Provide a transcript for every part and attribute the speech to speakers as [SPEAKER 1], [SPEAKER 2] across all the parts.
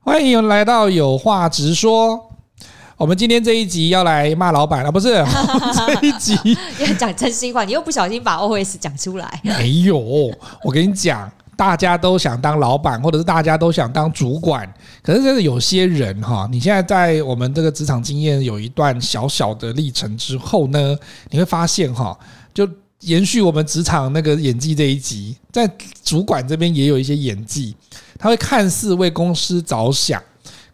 [SPEAKER 1] 欢迎来到有话直说。我们今天这一集要来骂老板啊，不是 这一集
[SPEAKER 2] 要讲真心话，你又不小心把 OS 讲出来。
[SPEAKER 1] 没有。哎我跟你讲，大家都想当老板，或者是大家都想当主管，可是真的有些人哈，你现在在我们这个职场经验有一段小小的历程之后呢，你会发现哈，就延续我们职场那个演技这一集，在主管这边也有一些演技，他会看似为公司着想，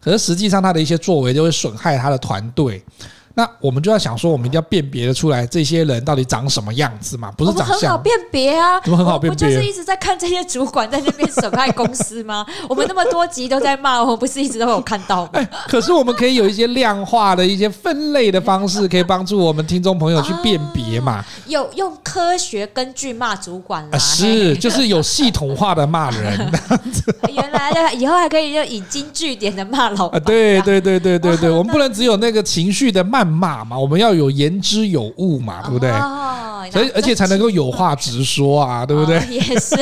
[SPEAKER 1] 可是实际上他的一些作为就会损害他的团队。那我们就要想说，我们一定要辨别的出来这些人到底长什么样子嘛，不
[SPEAKER 2] 我
[SPEAKER 1] 是
[SPEAKER 2] 们
[SPEAKER 1] 长
[SPEAKER 2] 很好
[SPEAKER 1] 相。
[SPEAKER 2] 辨别啊，
[SPEAKER 1] 怎么很好辨别
[SPEAKER 2] 我们不就是一直在看这些主管在那边损害公司吗？ 我们那么多集都在骂，我们不是一直都有看到吗？
[SPEAKER 1] 可是我们可以有一些量化的一些分类的方式，可以帮助我们听众朋友去辨别嘛。
[SPEAKER 2] 有用科学根据骂主管啦，
[SPEAKER 1] 啊，是，就是有系统化的骂人
[SPEAKER 2] 嘿哎原来 的，以后还可以用引经据典的骂老
[SPEAKER 1] 啊，
[SPEAKER 2] 板。
[SPEAKER 1] 对对对对对对，
[SPEAKER 2] 哇
[SPEAKER 1] 我们不能只有那个情绪的谩骂嘛，我们要有言之有物嘛，对不对？
[SPEAKER 2] 哦
[SPEAKER 1] 所以而且才能够有话直说啊，对不对
[SPEAKER 2] 哦？也 是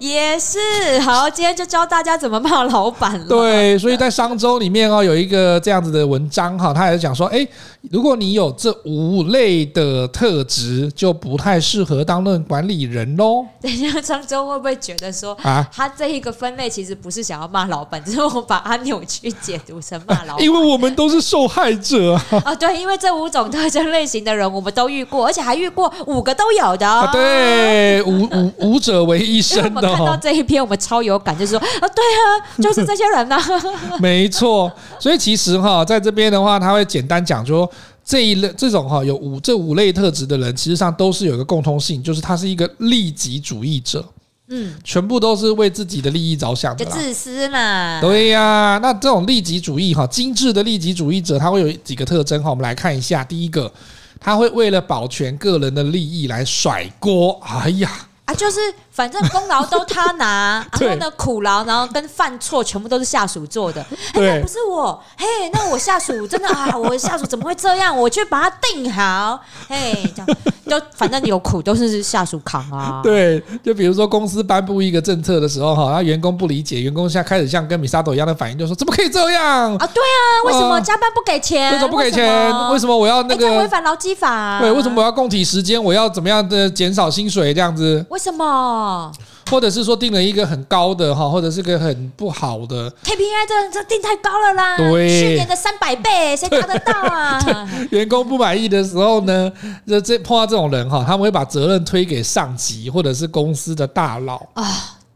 [SPEAKER 2] 也是，好，今天就教大家怎么骂老板了。
[SPEAKER 1] 对，所以在商周里面哦，有一个这样子的文章哈，他也讲说，诶，如果你有这五类的特质，就不太适合担任管理人喽
[SPEAKER 2] 等一下，上周会不会觉得说，
[SPEAKER 1] 啊。
[SPEAKER 2] 他这一个分类其实不是想要骂老板，只是我把它扭曲解读成骂老板
[SPEAKER 1] 因为我们都是受害者啊！
[SPEAKER 2] 啊、对，因为这五种特征类型的人我们都遇过，而且还遇过五个都有的、哦
[SPEAKER 1] 啊对，五五五者为一
[SPEAKER 2] 因为 我
[SPEAKER 1] 身
[SPEAKER 2] 们
[SPEAKER 1] 的、
[SPEAKER 2] 看到
[SPEAKER 1] 哦，
[SPEAKER 2] 这一篇，我们超有感，就是说啊，对啊，就是这 些人呐、
[SPEAKER 1] 没错。所以其实哈、在这边的话，他会简单讲说这一类这种哈、有五这五类特质的人，其实上都是有一个共通性，就是他是一个利己主义者，
[SPEAKER 2] 嗯，
[SPEAKER 1] 全部都是为自己的利益着想的
[SPEAKER 2] 就
[SPEAKER 1] 啦。
[SPEAKER 2] 自私啦。
[SPEAKER 1] 对呀、那这种利己主义哈，精致的利己主义者，他会有几个特征哈，我们来看一下。第一个，他会为了保全个人的利益来甩锅。哎呀，
[SPEAKER 2] 啊，就是反正功劳都他拿，
[SPEAKER 1] 对
[SPEAKER 2] 然后呢苦劳，然后跟犯错全部都是下属做的。哎，
[SPEAKER 1] 对
[SPEAKER 2] 那不是我，嘿，那我下属真的啊，我下属怎么会这样？我去把它定好，嘿，这样都反正有苦都是下属扛啊。
[SPEAKER 1] 对，就比如说公司颁布一个政策的时候哈，那员工不理解，员工现在开始像跟米沙朵一样的反应，就说怎么可以这样？
[SPEAKER 2] 啊，对啊，为什么
[SPEAKER 1] 哦
[SPEAKER 2] 加班不给钱？
[SPEAKER 1] 为什么不给钱？为
[SPEAKER 2] 哎为
[SPEAKER 1] 什
[SPEAKER 2] 么？
[SPEAKER 1] 么我要那
[SPEAKER 2] 哎，这样违
[SPEAKER 1] 个？
[SPEAKER 2] 反劳基法啊。
[SPEAKER 1] 对，为什么我要供体时间？我要怎么样的减少薪水这样子？
[SPEAKER 2] 为什么
[SPEAKER 1] 或者是说定了一个很高的哈，或者是个很不好的，
[SPEAKER 2] KPI 这这定太高了啦？
[SPEAKER 1] 对
[SPEAKER 2] 去年的三百倍，谁达得到 啊？
[SPEAKER 1] 员工不满意的时候呢，这这碰到这种人哈，他们会把责任推给上级或者是公司的大佬。
[SPEAKER 2] 啊，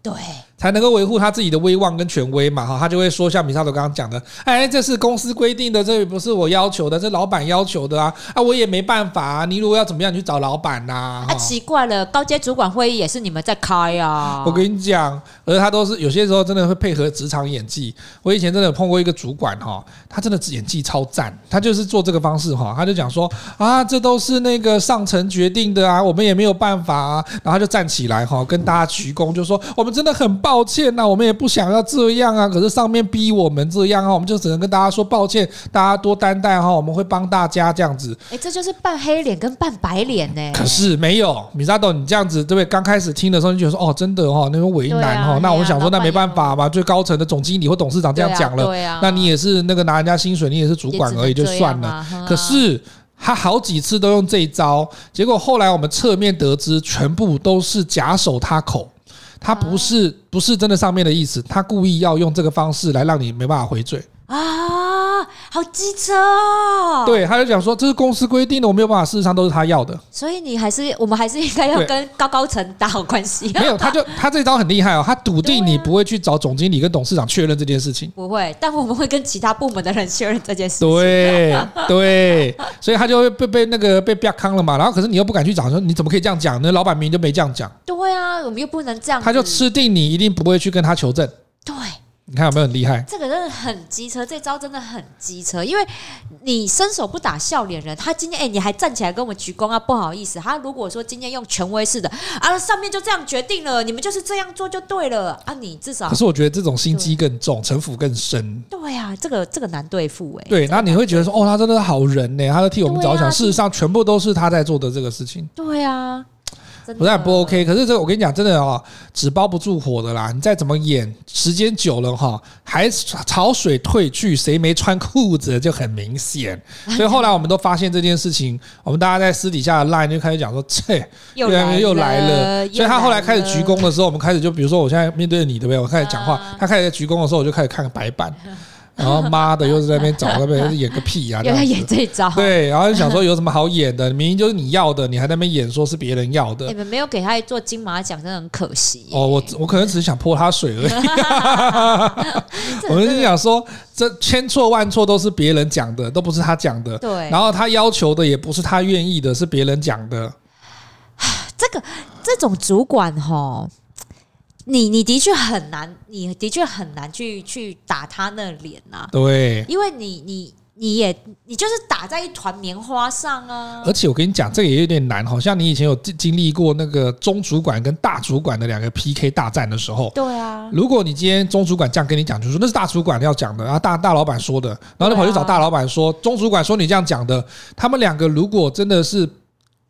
[SPEAKER 2] 对，
[SPEAKER 1] 才能够维护他自己的威望跟权威嘛，哈，他就会说像米沙头刚刚讲的，哎，这是公司规定的，这也不是我要求的，这老板要求的啊，啊，我也没办法啊，你如果要怎么样，你去找老板呐、
[SPEAKER 2] 啊，
[SPEAKER 1] 哈
[SPEAKER 2] 奇怪了，高阶主管会议也是你们在开啊。
[SPEAKER 1] 我跟你讲，而他都是有些时候真的会配合职场演技。我以前真的有碰过一个主管哈，他真的演技超赞，他就是做这个方式哈，他就讲说啊，这都是那个上层决定的啊，我们也没有办法啊。然后他就站起来哈，跟大家鞠躬，就说我们真的很抱歉呐、我们也不想要这样啊，可是上面逼我们这样啊，我们就只能跟大家说抱歉，大家多担待哈，我们会帮大家这样子。
[SPEAKER 2] 哎、这就是扮黑脸跟扮白脸呢、
[SPEAKER 1] 可是没有，米沙豆，你这样子对不对？刚开始听的时候，你觉得说哦，真的哦，那个为
[SPEAKER 2] 对
[SPEAKER 1] 难
[SPEAKER 2] 啊
[SPEAKER 1] 哦。那
[SPEAKER 2] 对啊
[SPEAKER 1] 我想说，
[SPEAKER 2] 老
[SPEAKER 1] 那
[SPEAKER 2] 板
[SPEAKER 1] 没办法嘛，最高层的总经理或董事长这样讲了，
[SPEAKER 2] 对啊，对啊
[SPEAKER 1] 那你也是那个拿人家薪水，你也是主管而已，就算了。。
[SPEAKER 2] 也只能这样啊
[SPEAKER 1] 可，是他好几次都用这一招，结果后来我们侧面得知，全部都是假手他口。他不
[SPEAKER 2] 啊
[SPEAKER 1] 是不是真的上面的意思，他故意要用这个方式来让你没办法回嘴。
[SPEAKER 2] 啊，好机车哦。，
[SPEAKER 1] 对，他就讲说这是公司规定的，我没有办法，事实上都是他要的。
[SPEAKER 2] 所以你还是我们还是应该要
[SPEAKER 1] 对
[SPEAKER 2] 跟高高层打好关系。 啊
[SPEAKER 1] 没有，他就他这招很厉害哦，他笃定你不会去找总经理跟董事长确认这件事情。
[SPEAKER 2] 不会，但我们会跟其他部门的人确认这件事情。
[SPEAKER 1] 对对，所以他就会被被那个被啪康了嘛。然后可是你又不敢去找，说你怎么可以这样讲呢？老板明明就没这样讲，
[SPEAKER 2] 对啊，我们又不能这样子。
[SPEAKER 1] 他就吃定你一定不会去跟他求证。
[SPEAKER 2] 对。
[SPEAKER 1] 你看有没有很厉害？
[SPEAKER 2] 这个真的很机车，这招真的很机车，因为你伸手不打笑脸人，他今天哎、你还站起来跟我们鞠躬啊，不好意思。他如果说今天用权威式的啊，上面就这样决定了，你们就是这样做就对了啊，你至少
[SPEAKER 1] 可是我觉得这种心机更重，城府更深。
[SPEAKER 2] 对啊，这个这个难对付哎、
[SPEAKER 1] 对，然后你会觉得说，哦，他真的是好人呢，他在替我们着
[SPEAKER 2] 对
[SPEAKER 1] 想。
[SPEAKER 2] 啊
[SPEAKER 1] 事实上，全部都是他在做的这个事情。
[SPEAKER 2] 对啊，真的
[SPEAKER 1] 不但不 OK，可是这个我跟你讲，真的哦，纸包不住火的啦。你再怎么演，时间久了哈、还潮水退去，谁没穿裤子就很明 显。所以后来我们都发现这件事情，我们大家在私底下的 line 就开始讲说，切，
[SPEAKER 2] 又
[SPEAKER 1] 对
[SPEAKER 2] 来
[SPEAKER 1] 又来
[SPEAKER 2] 了，
[SPEAKER 1] 所以他后来开始鞠躬的时候，我们开始就比如说我现在面对你，对不对？我开始讲话
[SPEAKER 2] 啊，
[SPEAKER 1] 他开始在鞠躬的时候，我就开始看白 板，然后妈的又是在那边找那边演个屁 呀、
[SPEAKER 2] 又
[SPEAKER 1] 这
[SPEAKER 2] 在
[SPEAKER 1] 样
[SPEAKER 2] 演
[SPEAKER 1] 子。
[SPEAKER 2] 这一招。
[SPEAKER 1] 对，然后就想说有什么好演的？明明就是你要的，你还在那边演说是别人要 的
[SPEAKER 2] 你。哎们没有给他做金马奖，真的很可惜耶。
[SPEAKER 1] 哦，我我可能只是想泼他水而已。我们就想说，这千错万错都是别人讲的，都不是他讲的。
[SPEAKER 2] 对
[SPEAKER 1] 然后他要求的也不是他愿意的，是别人讲的。
[SPEAKER 2] 这个这种主管吼，你你的确很难，你的确很难去去打他那脸呐、
[SPEAKER 1] 对，
[SPEAKER 2] 因为你你你也你就是打在一团棉花上啊
[SPEAKER 1] 而。且我跟你讲，这个也有点难。好像你以前有经经历过那个中主管跟大主管的两个 PK 大战的时候，
[SPEAKER 2] 对啊，
[SPEAKER 1] 如果你今天中主管这样跟你讲，就说那是大主管要讲的，然后啊大大老板说的，
[SPEAKER 2] 啊
[SPEAKER 1] 然后你跑去找大老板说，中主管说你这样讲的，他们两个如果真的是。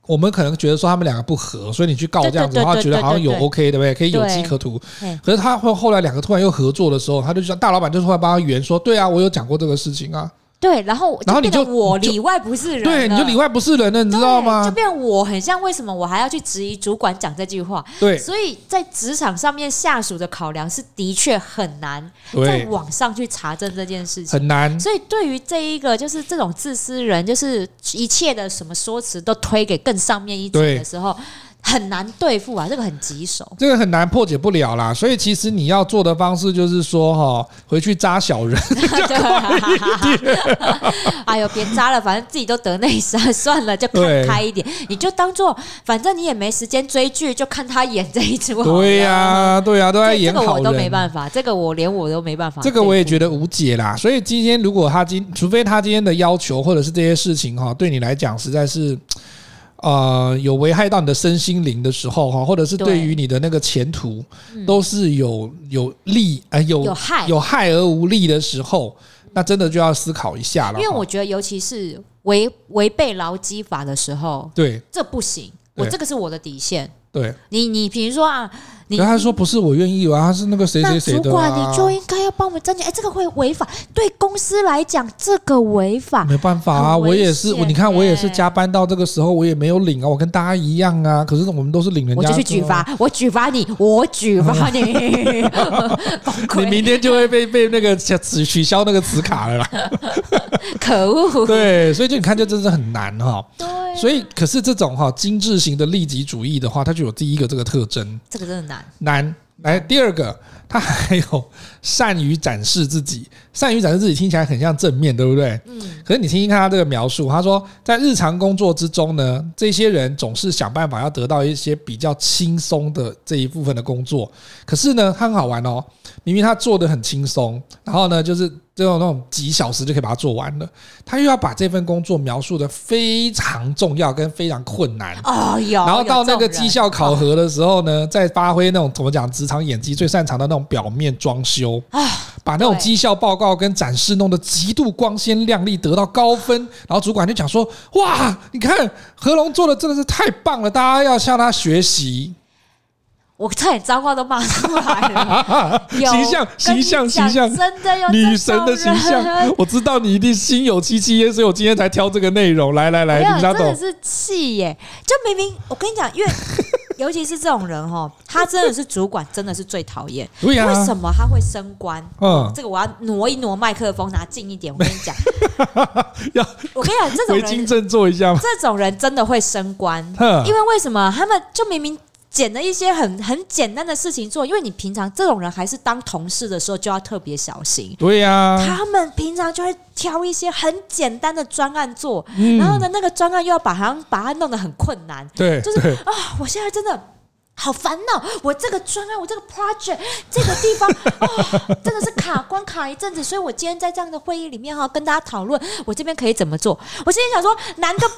[SPEAKER 1] 我们可能觉得说他们两个不合，所以你去告这样子的话，
[SPEAKER 2] 对对对
[SPEAKER 1] 觉得好像有
[SPEAKER 2] 对对对
[SPEAKER 1] OK，对不对？可以有机
[SPEAKER 2] 对
[SPEAKER 1] 可图
[SPEAKER 2] 嘿。
[SPEAKER 1] 可是他后后来两个突然又合作的时候，他就说大老板就突然帮他圆说，对啊，我有讲过这个事情啊，
[SPEAKER 2] 对，然后
[SPEAKER 1] 然后你
[SPEAKER 2] 变成
[SPEAKER 1] 就
[SPEAKER 2] 我
[SPEAKER 1] 你就
[SPEAKER 2] 里外不是人啊了，
[SPEAKER 1] 对，你就里外不是人了，你
[SPEAKER 2] 对
[SPEAKER 1] 知道
[SPEAKER 2] 就
[SPEAKER 1] 吗？
[SPEAKER 2] 变我很像，为什么我还要去质疑主管讲这句话？
[SPEAKER 1] 对
[SPEAKER 2] 所以在职场上面，下属的考量是的确很难在
[SPEAKER 1] 对，
[SPEAKER 2] 网上去查证这件事情。
[SPEAKER 1] 很难。
[SPEAKER 2] 所以对于这一个就是这种自私人，就是一切的什么说辞都推给更上面一层
[SPEAKER 1] 对
[SPEAKER 2] 的时候，很难对付啊，这个很棘 手。
[SPEAKER 1] 这个很难破解不了啦，所以其实你要做的方式就是说哈、回去扎小人，
[SPEAKER 2] 对啊 哎呦，别扎了，反正自己都得内伤， 算了，就
[SPEAKER 1] 对
[SPEAKER 2] 看开一点，你就当做反正你也没时间追剧，就看他演这一出好了。
[SPEAKER 1] 对呀、对呀、都在
[SPEAKER 2] 这这
[SPEAKER 1] 演
[SPEAKER 2] 个
[SPEAKER 1] 好
[SPEAKER 2] 我
[SPEAKER 1] 人。
[SPEAKER 2] 都没办法，这个我连我都没办法。
[SPEAKER 1] 这个我也觉得无解啦，所以今天如果他今，除非他今天的要求或者是这些事情哈，对你来讲实在是，呃，有危害到你的身心灵的时候哈，或者是
[SPEAKER 2] 对
[SPEAKER 1] 对于你的那个前途都是有有利啊、呃有
[SPEAKER 2] 嗯有害
[SPEAKER 1] 有害而无利的时候，那真的就要思考一下了哈。
[SPEAKER 2] 因为我觉得，尤其是违违背劳基法的时候，
[SPEAKER 1] 对
[SPEAKER 2] 这不行，我
[SPEAKER 1] 对
[SPEAKER 2] 这个是我的底线。
[SPEAKER 1] 对，
[SPEAKER 2] 你你比如说啊，你
[SPEAKER 1] 然后他说不是我愿意啊，他是那个谁
[SPEAKER 2] 那
[SPEAKER 1] 谁谁
[SPEAKER 2] 主
[SPEAKER 1] 的、
[SPEAKER 2] 管
[SPEAKER 1] 啊，
[SPEAKER 2] 你就应该要帮我们争取，哎，这个会违法，对公司来讲这个违 法。
[SPEAKER 1] 没办法啊，
[SPEAKER 2] 很危
[SPEAKER 1] 我也是，
[SPEAKER 2] 险哎
[SPEAKER 1] 我你看我也是
[SPEAKER 2] 耶
[SPEAKER 1] 加班到这个时候，我也没有领啊，我跟大家一样啊。可是我们都是领人家，啊
[SPEAKER 2] 我就去举发，，我举发你，我举 发你，崩
[SPEAKER 1] 你
[SPEAKER 2] 溃，
[SPEAKER 1] 明天就会被被那个呃取取消那个磁卡了 啦。
[SPEAKER 2] 可恶！
[SPEAKER 1] 对，所以就你看，就真的很难哈。
[SPEAKER 2] 对
[SPEAKER 1] 所以，可是这种哈精致型的利己主义的话，它就有第一个这个特征
[SPEAKER 2] 这个真的难，
[SPEAKER 1] 难。来，第二个，它还有善于展示自己。善于展示自己听起来很像正面，对不对？
[SPEAKER 2] 嗯，
[SPEAKER 1] 可是你听听看他这个描述，他说在日常工作之中呢，这些人总是想办法要得到一些比较轻松的这一部分的工作。可是呢，他很好玩哦，明明他做的很轻松，然后呢，就是这种那种几小时就可以把它做完了，他又要把这份工作描述的非常重要跟非常困难。
[SPEAKER 2] 哦有，
[SPEAKER 1] 然后到
[SPEAKER 2] 有这
[SPEAKER 1] 那
[SPEAKER 2] 种
[SPEAKER 1] 个
[SPEAKER 2] 人啊
[SPEAKER 1] 绩效考核的时候呢，再发挥那种怎么讲职场演技最擅长的那种表面装修，把那种
[SPEAKER 2] 啊对
[SPEAKER 1] 绩效报告跟展示弄得极度光鲜亮丽，得到高分。然后主管就讲说：“哇，你看何龙做的真的是太棒了，大家要向他学 习。
[SPEAKER 2] 我差点脏话都骂出来了，有
[SPEAKER 1] 形象
[SPEAKER 2] 跟
[SPEAKER 1] 形
[SPEAKER 2] 你
[SPEAKER 1] 象
[SPEAKER 2] 讲
[SPEAKER 1] 形象
[SPEAKER 2] 真的有
[SPEAKER 1] 女
[SPEAKER 2] 这
[SPEAKER 1] 神的
[SPEAKER 2] 种
[SPEAKER 1] 形象
[SPEAKER 2] 人，
[SPEAKER 1] 我知道你一定心有戚戚焉，所以我今天才挑这个内容。来来来，
[SPEAKER 2] 没有
[SPEAKER 1] 哎林
[SPEAKER 2] 真
[SPEAKER 1] 家
[SPEAKER 2] 的
[SPEAKER 1] 董，
[SPEAKER 2] 是气耶！就明明我跟你讲，因为 尤其是这种人哦，他真的是主管，真的是最讨厌。
[SPEAKER 1] 对啊呀、
[SPEAKER 2] 为什么他会升官？
[SPEAKER 1] 嗯，
[SPEAKER 2] 这个我要挪一挪麦克风，拿近一点。我跟你讲，
[SPEAKER 1] 要
[SPEAKER 2] 我跟你讲，这种
[SPEAKER 1] 回经
[SPEAKER 2] 人，
[SPEAKER 1] 振作一下嘛。
[SPEAKER 2] 这种人真的会 升官，
[SPEAKER 1] 哼
[SPEAKER 2] 因为为什么他们就明明。捡了一些很很简单的事情做，因为你平常这种人还是当同事的时候就要特别小心。
[SPEAKER 1] 对呀、
[SPEAKER 2] 他们平常就会挑一些很简单的专案做，
[SPEAKER 1] 嗯
[SPEAKER 2] 然后呢，那个专案又要把好像把它弄得很困难，
[SPEAKER 1] 对，
[SPEAKER 2] 就是
[SPEAKER 1] 对
[SPEAKER 2] 啊、我现在真的。 好烦恼！我这个专案，我这个 project，这个地方哦，真的是卡关卡一阵子，所以我今天在这样的会议里面哈，跟大家讨论我这边可以怎么做。我今天想说，难 个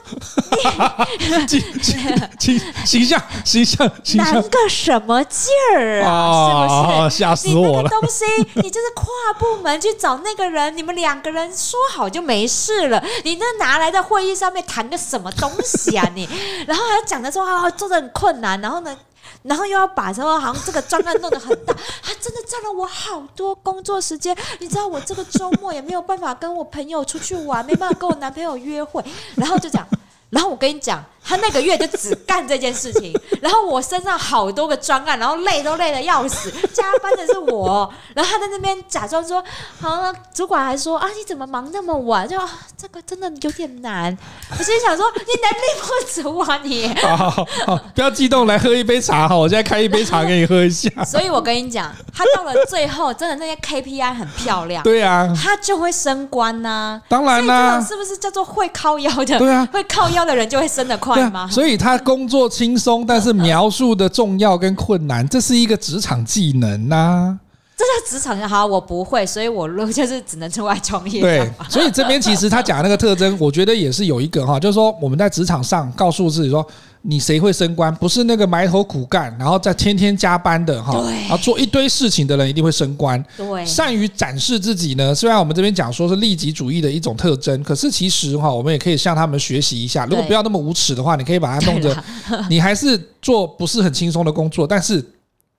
[SPEAKER 1] 形形形象形象形
[SPEAKER 2] 难
[SPEAKER 1] 象
[SPEAKER 2] 个什么劲儿啊，是不是？
[SPEAKER 1] 啊！吓死
[SPEAKER 2] 你那
[SPEAKER 1] 我
[SPEAKER 2] 个
[SPEAKER 1] 了！
[SPEAKER 2] 东西，你就是跨部门去找那个人，你们两个人说好就没事了。你那拿来在会议上面谈个什么东西啊你？ 然后还要讲的说啊，做的很困难，然后呢？然后又要把什么好像这个专案弄得很大， 他真的占了我好多工作时间。你知道我这个周末也没有办法跟我朋友出去玩，没办法跟我男朋友约会，然后就讲， 然后我跟你讲，他那个月就只干这件事情，然后我身上好多个专案，然后累都累得要死，加班的是我，然后他在那边假装说，好、啊，主管还说啊，你怎么忙那么晚？就、啊、这个真的有点难，我心里想说，你能力不足啊你。
[SPEAKER 1] 好好好好，不要激动，来喝一杯茶哈！我现在开一杯茶给你喝一 下。
[SPEAKER 2] 所以我跟你讲，他到了最后，真的那些 KPI 很漂亮，
[SPEAKER 1] 对啊，
[SPEAKER 2] 他就会升官呐、
[SPEAKER 1] 当然
[SPEAKER 2] 所以这
[SPEAKER 1] 啦、
[SPEAKER 2] 种是不是叫做会靠腰的？
[SPEAKER 1] 对啊
[SPEAKER 2] 会靠腰的人就会升得
[SPEAKER 1] 对
[SPEAKER 2] 快
[SPEAKER 1] 啊，
[SPEAKER 2] 吗？
[SPEAKER 1] 所以他工作轻松，但是描述的重要跟困难，这是一个职场技能啊呐、
[SPEAKER 2] 这叫职场上好，我不会，所以我就是只能出外创业。
[SPEAKER 1] 对，所以这边其实他讲的那个特征，我 觉得也是有一个哈，就是说我们在职场上告诉自己说，你谁会升官，不是那个埋头苦干，然后在天天加班的哈，
[SPEAKER 2] 对
[SPEAKER 1] 然后做一堆事情的人一定会升官。
[SPEAKER 2] 对，
[SPEAKER 1] 善于展示自己呢，虽然我们这边讲说是利己主义的一种特征，可是其实哈，我们也可以向他们学习一下。如果
[SPEAKER 2] 对
[SPEAKER 1] 不要那么无耻的话，你可以把它弄
[SPEAKER 2] 对
[SPEAKER 1] 得
[SPEAKER 2] 啦
[SPEAKER 1] 你还是做不是很轻松的工作，但是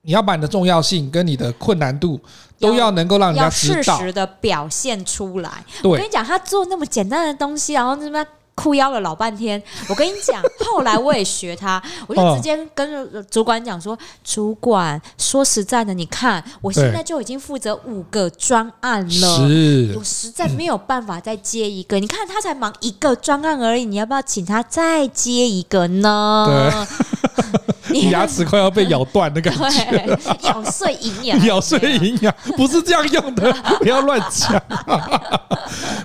[SPEAKER 1] 你要把你的重要性跟你的困难度都要能够让人家
[SPEAKER 2] 要
[SPEAKER 1] 知
[SPEAKER 2] 适
[SPEAKER 1] 道。
[SPEAKER 2] 时的表现出来。我跟
[SPEAKER 1] 对
[SPEAKER 2] 你讲，他做那么简单的东西，然后那边哭腰了老半天。我跟你 讲，后来我也学他，我
[SPEAKER 1] 哦
[SPEAKER 2] 就直接跟主管讲说：“主管，说实在的，你看我现在就已经负责五个专案了。”
[SPEAKER 1] 是
[SPEAKER 2] 我实在没有办法再接一个，你看他才忙一个专案而已，你要不要请他再接一个呢？ 对
[SPEAKER 1] 你 牙齿快要被咬断的感觉。
[SPEAKER 2] 对咬碎银牙，
[SPEAKER 1] 咬碎营养不是这样用的， 不要乱讲。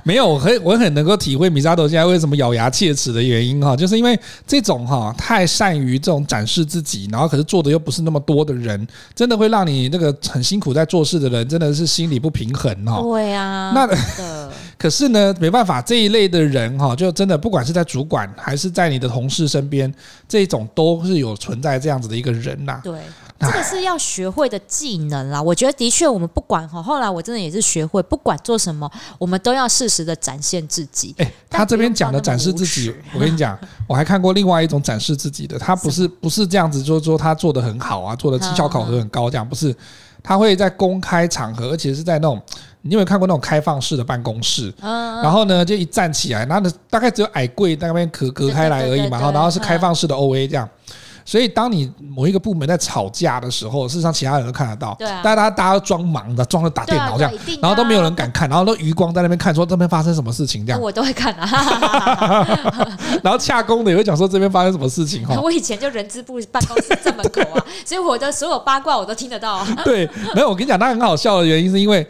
[SPEAKER 1] 没有，我很我很能够体会米沙头现在为什么咬牙切齿的原因哈，就是因为这种哈太善于这种展示自己，然后可是做的又不是那么多的人，真的会让你那个很辛苦在做事的人真的是心里不平衡哈。
[SPEAKER 2] 对啊，
[SPEAKER 1] 那
[SPEAKER 2] 真的
[SPEAKER 1] 可是呢，没办法，这一类的人哈，就真的不管是在主管还是在你的同事身边，这种都是有存在这样子的一个人呐、
[SPEAKER 2] 对，这个是要学会的技能啦。我觉得的确，我们不管哈，后来我真的也是学会，不管做什么，我们都要适时的展现自己。
[SPEAKER 1] 哎、
[SPEAKER 2] 但
[SPEAKER 1] 他这
[SPEAKER 2] 不
[SPEAKER 1] 边
[SPEAKER 2] 用
[SPEAKER 1] 讲
[SPEAKER 2] 到
[SPEAKER 1] 的
[SPEAKER 2] 那么
[SPEAKER 1] 展示
[SPEAKER 2] 无
[SPEAKER 1] 自己
[SPEAKER 2] 耻，
[SPEAKER 1] 我跟你 讲，我还看过另外一种展示自己的，他不是不是这样子，就是说他做的很好啊，做的绩效
[SPEAKER 2] 嗯
[SPEAKER 1] 考核很高，这样不是，他会在公开场合，而且是在那种，你有没有看过那种开放式的办公室？
[SPEAKER 2] 嗯，
[SPEAKER 1] 然后呢，就一站起来，那大概只有矮柜那边隔隔开来而已嘛，
[SPEAKER 2] 对对对对对嗯
[SPEAKER 1] 然后是开放式的 O A 这样。所以，当你某一个部门在吵架的时候，事实上其他人都看得到，
[SPEAKER 2] 对啊
[SPEAKER 1] 但大家大家都装忙的，装着打
[SPEAKER 2] 对
[SPEAKER 1] 电
[SPEAKER 2] 啊
[SPEAKER 1] 脑这样，
[SPEAKER 2] 对啊一定啊
[SPEAKER 1] 然后都没有人敢看，然后都余光在那边看，说这边发生什么事情这样。
[SPEAKER 2] 我都会看啊哈哈 哈哈，
[SPEAKER 1] 然后洽工的也会讲说这边发生什么事情哈。
[SPEAKER 2] 我以前就人资部办公室正门口 啊，所以我的所有八卦我都听得到啊。
[SPEAKER 1] 对，没有，我跟你讲，他很好笑的原因是因为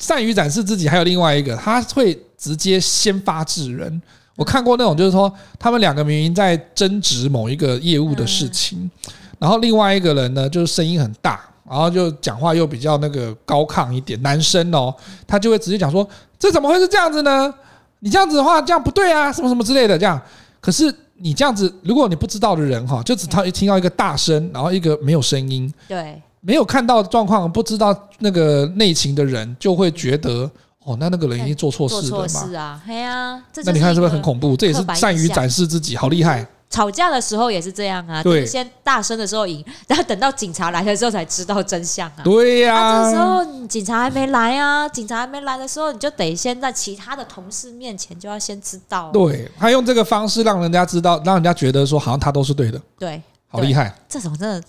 [SPEAKER 1] 善于展示自己，还有另外一个，他会直接先发制人。我看过那种，就是说他们两个明明在争执某一个业务的事情，然后另外一个人呢，就是声音很大，然后就讲话又比较那个高亢一点，男生哦，他就会直接讲说：“这怎么会是这样子呢？你这样子的话，这样不对啊，什么什么之类的。”这样，可是你这样子，如果你不知道的人哈，就只他听到一个大声，然后一个没有声音，
[SPEAKER 2] 对，
[SPEAKER 1] 没有看到的状况，不知道那个内情的人，就会觉得哦，那那个人已经做错
[SPEAKER 2] 做
[SPEAKER 1] 事
[SPEAKER 2] 错
[SPEAKER 1] 了嘛
[SPEAKER 2] 事。啊，嘿啊，这
[SPEAKER 1] 那
[SPEAKER 2] 就
[SPEAKER 1] 你看是不是
[SPEAKER 2] 一个
[SPEAKER 1] 很恐怖？这也是
[SPEAKER 2] 刻板印
[SPEAKER 1] 善于
[SPEAKER 2] 象
[SPEAKER 1] 展示自己，好厉害！
[SPEAKER 2] 吵架的时候也是这样啊，
[SPEAKER 1] 对
[SPEAKER 2] 就是先大声的时候赢，然后等到警察来的时候才知道真相啊。
[SPEAKER 1] 对呀、
[SPEAKER 2] 啊，这个时候警察还没来啊，警察还没来的时候，你就得先在其他的同事面前就要先知道、
[SPEAKER 1] 对他用这个方式让人家知道，让人家觉得说好像他都是对的，
[SPEAKER 2] 对，
[SPEAKER 1] 好厉害。
[SPEAKER 2] 这种真的，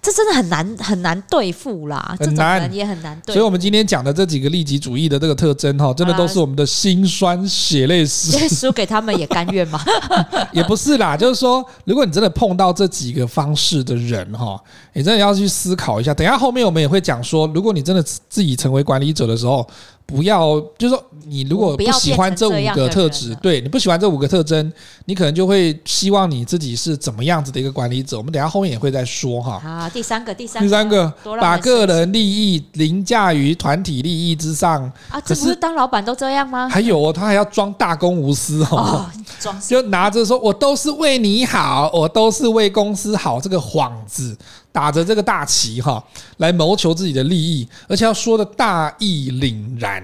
[SPEAKER 2] 这真的很难很难对付啦，这
[SPEAKER 1] 很
[SPEAKER 2] 种
[SPEAKER 1] 难
[SPEAKER 2] 人也很难对
[SPEAKER 1] 所以，我们今天讲的这几个利己主义的这个特征，哈，真的
[SPEAKER 2] 好啦
[SPEAKER 1] 都是我们的辛酸血泪史
[SPEAKER 2] 因。为输给他们也甘愿嘛。
[SPEAKER 1] 也不是啦，就是说，如果你真的碰到这几个方式的人哈，你真的要去思考一下。等一下后面我们也会讲说，如果你真的自己成为管理者的时候，不要，就是说你如果
[SPEAKER 2] 不要
[SPEAKER 1] 喜欢这
[SPEAKER 2] 变成这
[SPEAKER 1] 五
[SPEAKER 2] 样
[SPEAKER 1] 个
[SPEAKER 2] 的
[SPEAKER 1] 特
[SPEAKER 2] 人
[SPEAKER 1] 质
[SPEAKER 2] 了，
[SPEAKER 1] 对你不喜欢这五个特征，你可能就会希望你自己是怎么样子的一个管理者。我们等一下后面也会再说哈。
[SPEAKER 2] 啊，第三个，第三个，
[SPEAKER 1] 第三个
[SPEAKER 2] 多，让
[SPEAKER 1] 把
[SPEAKER 2] 人生气
[SPEAKER 1] 个人利益凌驾于团体利益之上，可
[SPEAKER 2] 啊，这不是
[SPEAKER 1] 是
[SPEAKER 2] 当老板都这样吗？
[SPEAKER 1] 还有哦，他还要装大公无私哦，
[SPEAKER 2] 哦，装死
[SPEAKER 1] 就拿着说我都是为你好，我都是为公司好这个幌子，打着这个大旗哈、来谋求自己的利益，而且要说的大义凛然，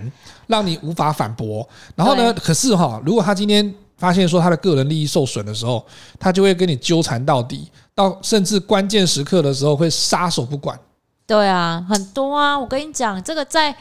[SPEAKER 1] 让你无法反驳。然后呢，可是哈、如果他今天发现说他的个人利益受损的时候，他就会跟你纠缠到底，到甚至关键时刻的时候会撒手不管。
[SPEAKER 2] 对啊，很多啊，我跟你讲，这个在。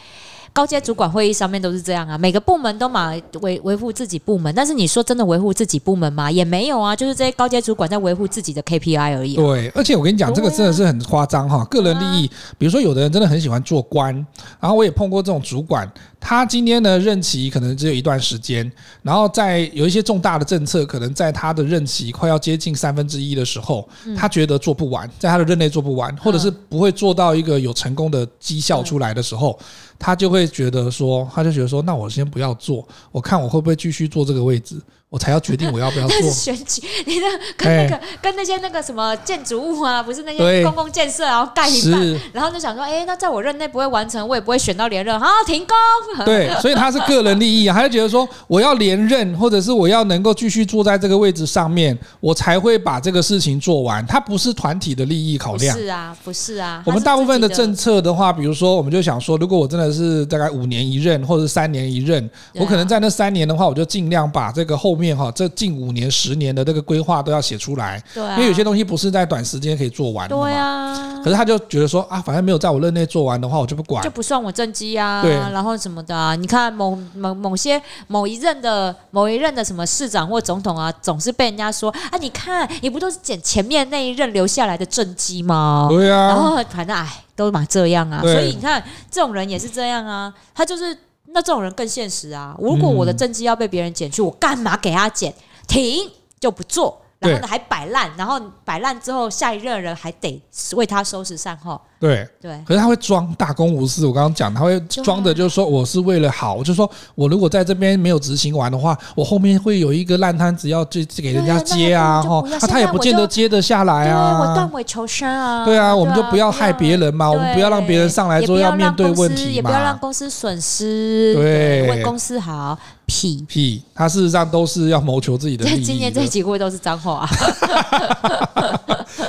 [SPEAKER 2] 高阶主管会议上面都是这样啊，每个部门都嘛维维护自己部门，但是你说真的维护自己部门吗？也没有啊，就是这些高阶主管在维护自己的 KPI 而已啊、
[SPEAKER 1] 对，而且我跟你讲，这个真的是很夸张哈，个人利益。比如说，有的人真的很喜欢做官，然后我也碰过这种主管，他今天呢任期可能只有一段时间，然后在有一些重大的政策，可能在他的任期快要接近三分之一的时候，他觉得做不完，在他的任内做不完，或者是不会做到一个有成功的绩效出来的时候，他就会觉得说，他就觉得说，那我先不要做，我看我会不会继续做这个位置，我才要决定我要不要做
[SPEAKER 2] 但。是选举，你那跟那个跟那些那个什么建筑物啊，不是那
[SPEAKER 1] 对
[SPEAKER 2] 些公共建设，然后盖一半，
[SPEAKER 1] 哎是。
[SPEAKER 2] 然后就想说，哎、那在我任内不会完成，我也不会选到连任，好啊停工。
[SPEAKER 1] 对，所以他是个人利益啊，他就觉得说，我要连任，或者是我要能够继续坐在这个位置上面，我才会把这个事情做完。他不是团体的利益考
[SPEAKER 2] 不
[SPEAKER 1] 量。
[SPEAKER 2] 是啊，不是啊，
[SPEAKER 1] 我们
[SPEAKER 2] 他是
[SPEAKER 1] 大部分的
[SPEAKER 2] 自己
[SPEAKER 1] 政策的话，比如说，我们就想说，如果我真的是大概五年一任，或者是三年一任，
[SPEAKER 2] 对啊
[SPEAKER 1] 我可能在那三年的话，我就尽量把这个后面哈，这近五年、十年的这个规划都要写出来，
[SPEAKER 2] 对啊，
[SPEAKER 1] 因为有些东西不是在短时间可以做完的
[SPEAKER 2] 对
[SPEAKER 1] 嘛。
[SPEAKER 2] 啊
[SPEAKER 1] 可，是他就觉得说啊，反正没有在我任内做完的话，我就不管
[SPEAKER 2] 就。不算我政绩啊，
[SPEAKER 1] 对
[SPEAKER 2] 然后什么的啊，你看某某某些某一任的某一任的什么市长或总统啊，总是被人家说啊，你看你不都是捡前面那一任留下来的政绩吗？
[SPEAKER 1] 对啊，
[SPEAKER 2] 然后反正哎，都嘛这样啊，
[SPEAKER 1] 对
[SPEAKER 2] 所以你看这种人也是这样啊，他就是那这种人更现实啊。如果
[SPEAKER 1] 嗯
[SPEAKER 2] 我的政绩要被别人减去，我干嘛给他减？停就不做，然后呢还摆烂，然后摆烂之后下一任人还得为他收拾善后，
[SPEAKER 1] 对。
[SPEAKER 2] 对。
[SPEAKER 1] 可是他会装大公无私，我刚刚讲，他会
[SPEAKER 2] 啊
[SPEAKER 1] 装的，就是说我是为了好，就是说我如果在这边没有执行完的话，我后面会有一个烂摊子要去给人家接啊，
[SPEAKER 2] 对
[SPEAKER 1] 哈
[SPEAKER 2] 啊那，
[SPEAKER 1] 啊他也不见得接得下来
[SPEAKER 2] 对，我断
[SPEAKER 1] 啊。
[SPEAKER 2] 尾求生啊！
[SPEAKER 1] 对啊，我们就不要害别人嘛，我们不要让别人上来之后
[SPEAKER 2] 也不要
[SPEAKER 1] 面对
[SPEAKER 2] 让公司
[SPEAKER 1] 问题
[SPEAKER 2] 也不要让
[SPEAKER 1] 嘛。
[SPEAKER 2] 公司损失，
[SPEAKER 1] 对
[SPEAKER 2] 为公司好，屁！
[SPEAKER 1] 屁，他事实上都是要谋求自己的
[SPEAKER 2] 这
[SPEAKER 1] 利
[SPEAKER 2] 今
[SPEAKER 1] 益
[SPEAKER 2] 年这
[SPEAKER 1] 的。
[SPEAKER 2] 几位都是脏话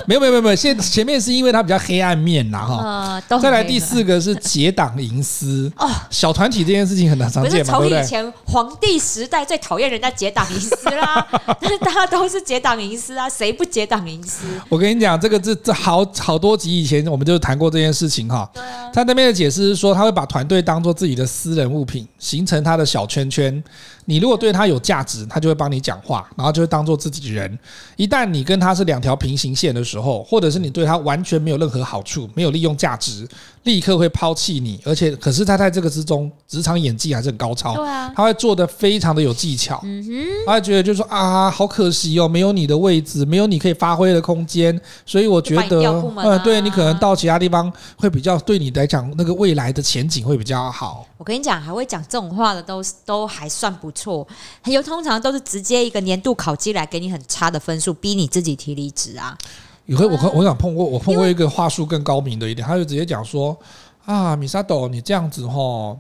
[SPEAKER 1] 没有没有没有没有，现前面是因为他比较黑暗面啦 哈。
[SPEAKER 2] 啊，嗯都很
[SPEAKER 1] 再来
[SPEAKER 2] 黑
[SPEAKER 1] 第
[SPEAKER 2] 的
[SPEAKER 1] 四个是结党营私
[SPEAKER 2] 哦，
[SPEAKER 1] 小团体这件事情很常
[SPEAKER 2] 不是
[SPEAKER 1] 见嘛，对
[SPEAKER 2] 从
[SPEAKER 1] 不对
[SPEAKER 2] 以？前皇帝时代最讨厌人家结党营私啦， 但是大家都是结党营私啊，谁不结党营私？
[SPEAKER 1] 我跟你讲，这个这这好好多集以前我们就谈过这件事情哈。他那边的解释是说，他会把团队当做自己的私人物品，形成他的小圈圈。你如果对他有价值，他就会帮你讲话，然后就会当做自己人。一旦你跟他是两条平行线的时候，或者是你对他完全没有任何好处，没有利用价值，立刻会抛弃你。而且，可是他在这个之中，职场演技还是很高超。
[SPEAKER 2] 啊，
[SPEAKER 1] 他会做的非常的有技巧，
[SPEAKER 2] 嗯
[SPEAKER 1] 他会觉得就是说啊，好可惜哦，没有你的位置，没有你可以发挥的空间，所以我觉
[SPEAKER 2] 就把你
[SPEAKER 1] 得
[SPEAKER 2] 调部，门啊
[SPEAKER 1] 呃，对你可能到其他地方会比较对你来讲，那个未来的前景会比较好。
[SPEAKER 2] 我跟你讲，还会讲这种话的都是都还算不错，有通常都是直接一个年度考绩来给你很差的分数，逼你自己提离职啊。
[SPEAKER 1] 也会，我可我想碰过，我碰过一个话术更高明的一点，他就直接讲说啊，米沙斗，你这样子吼，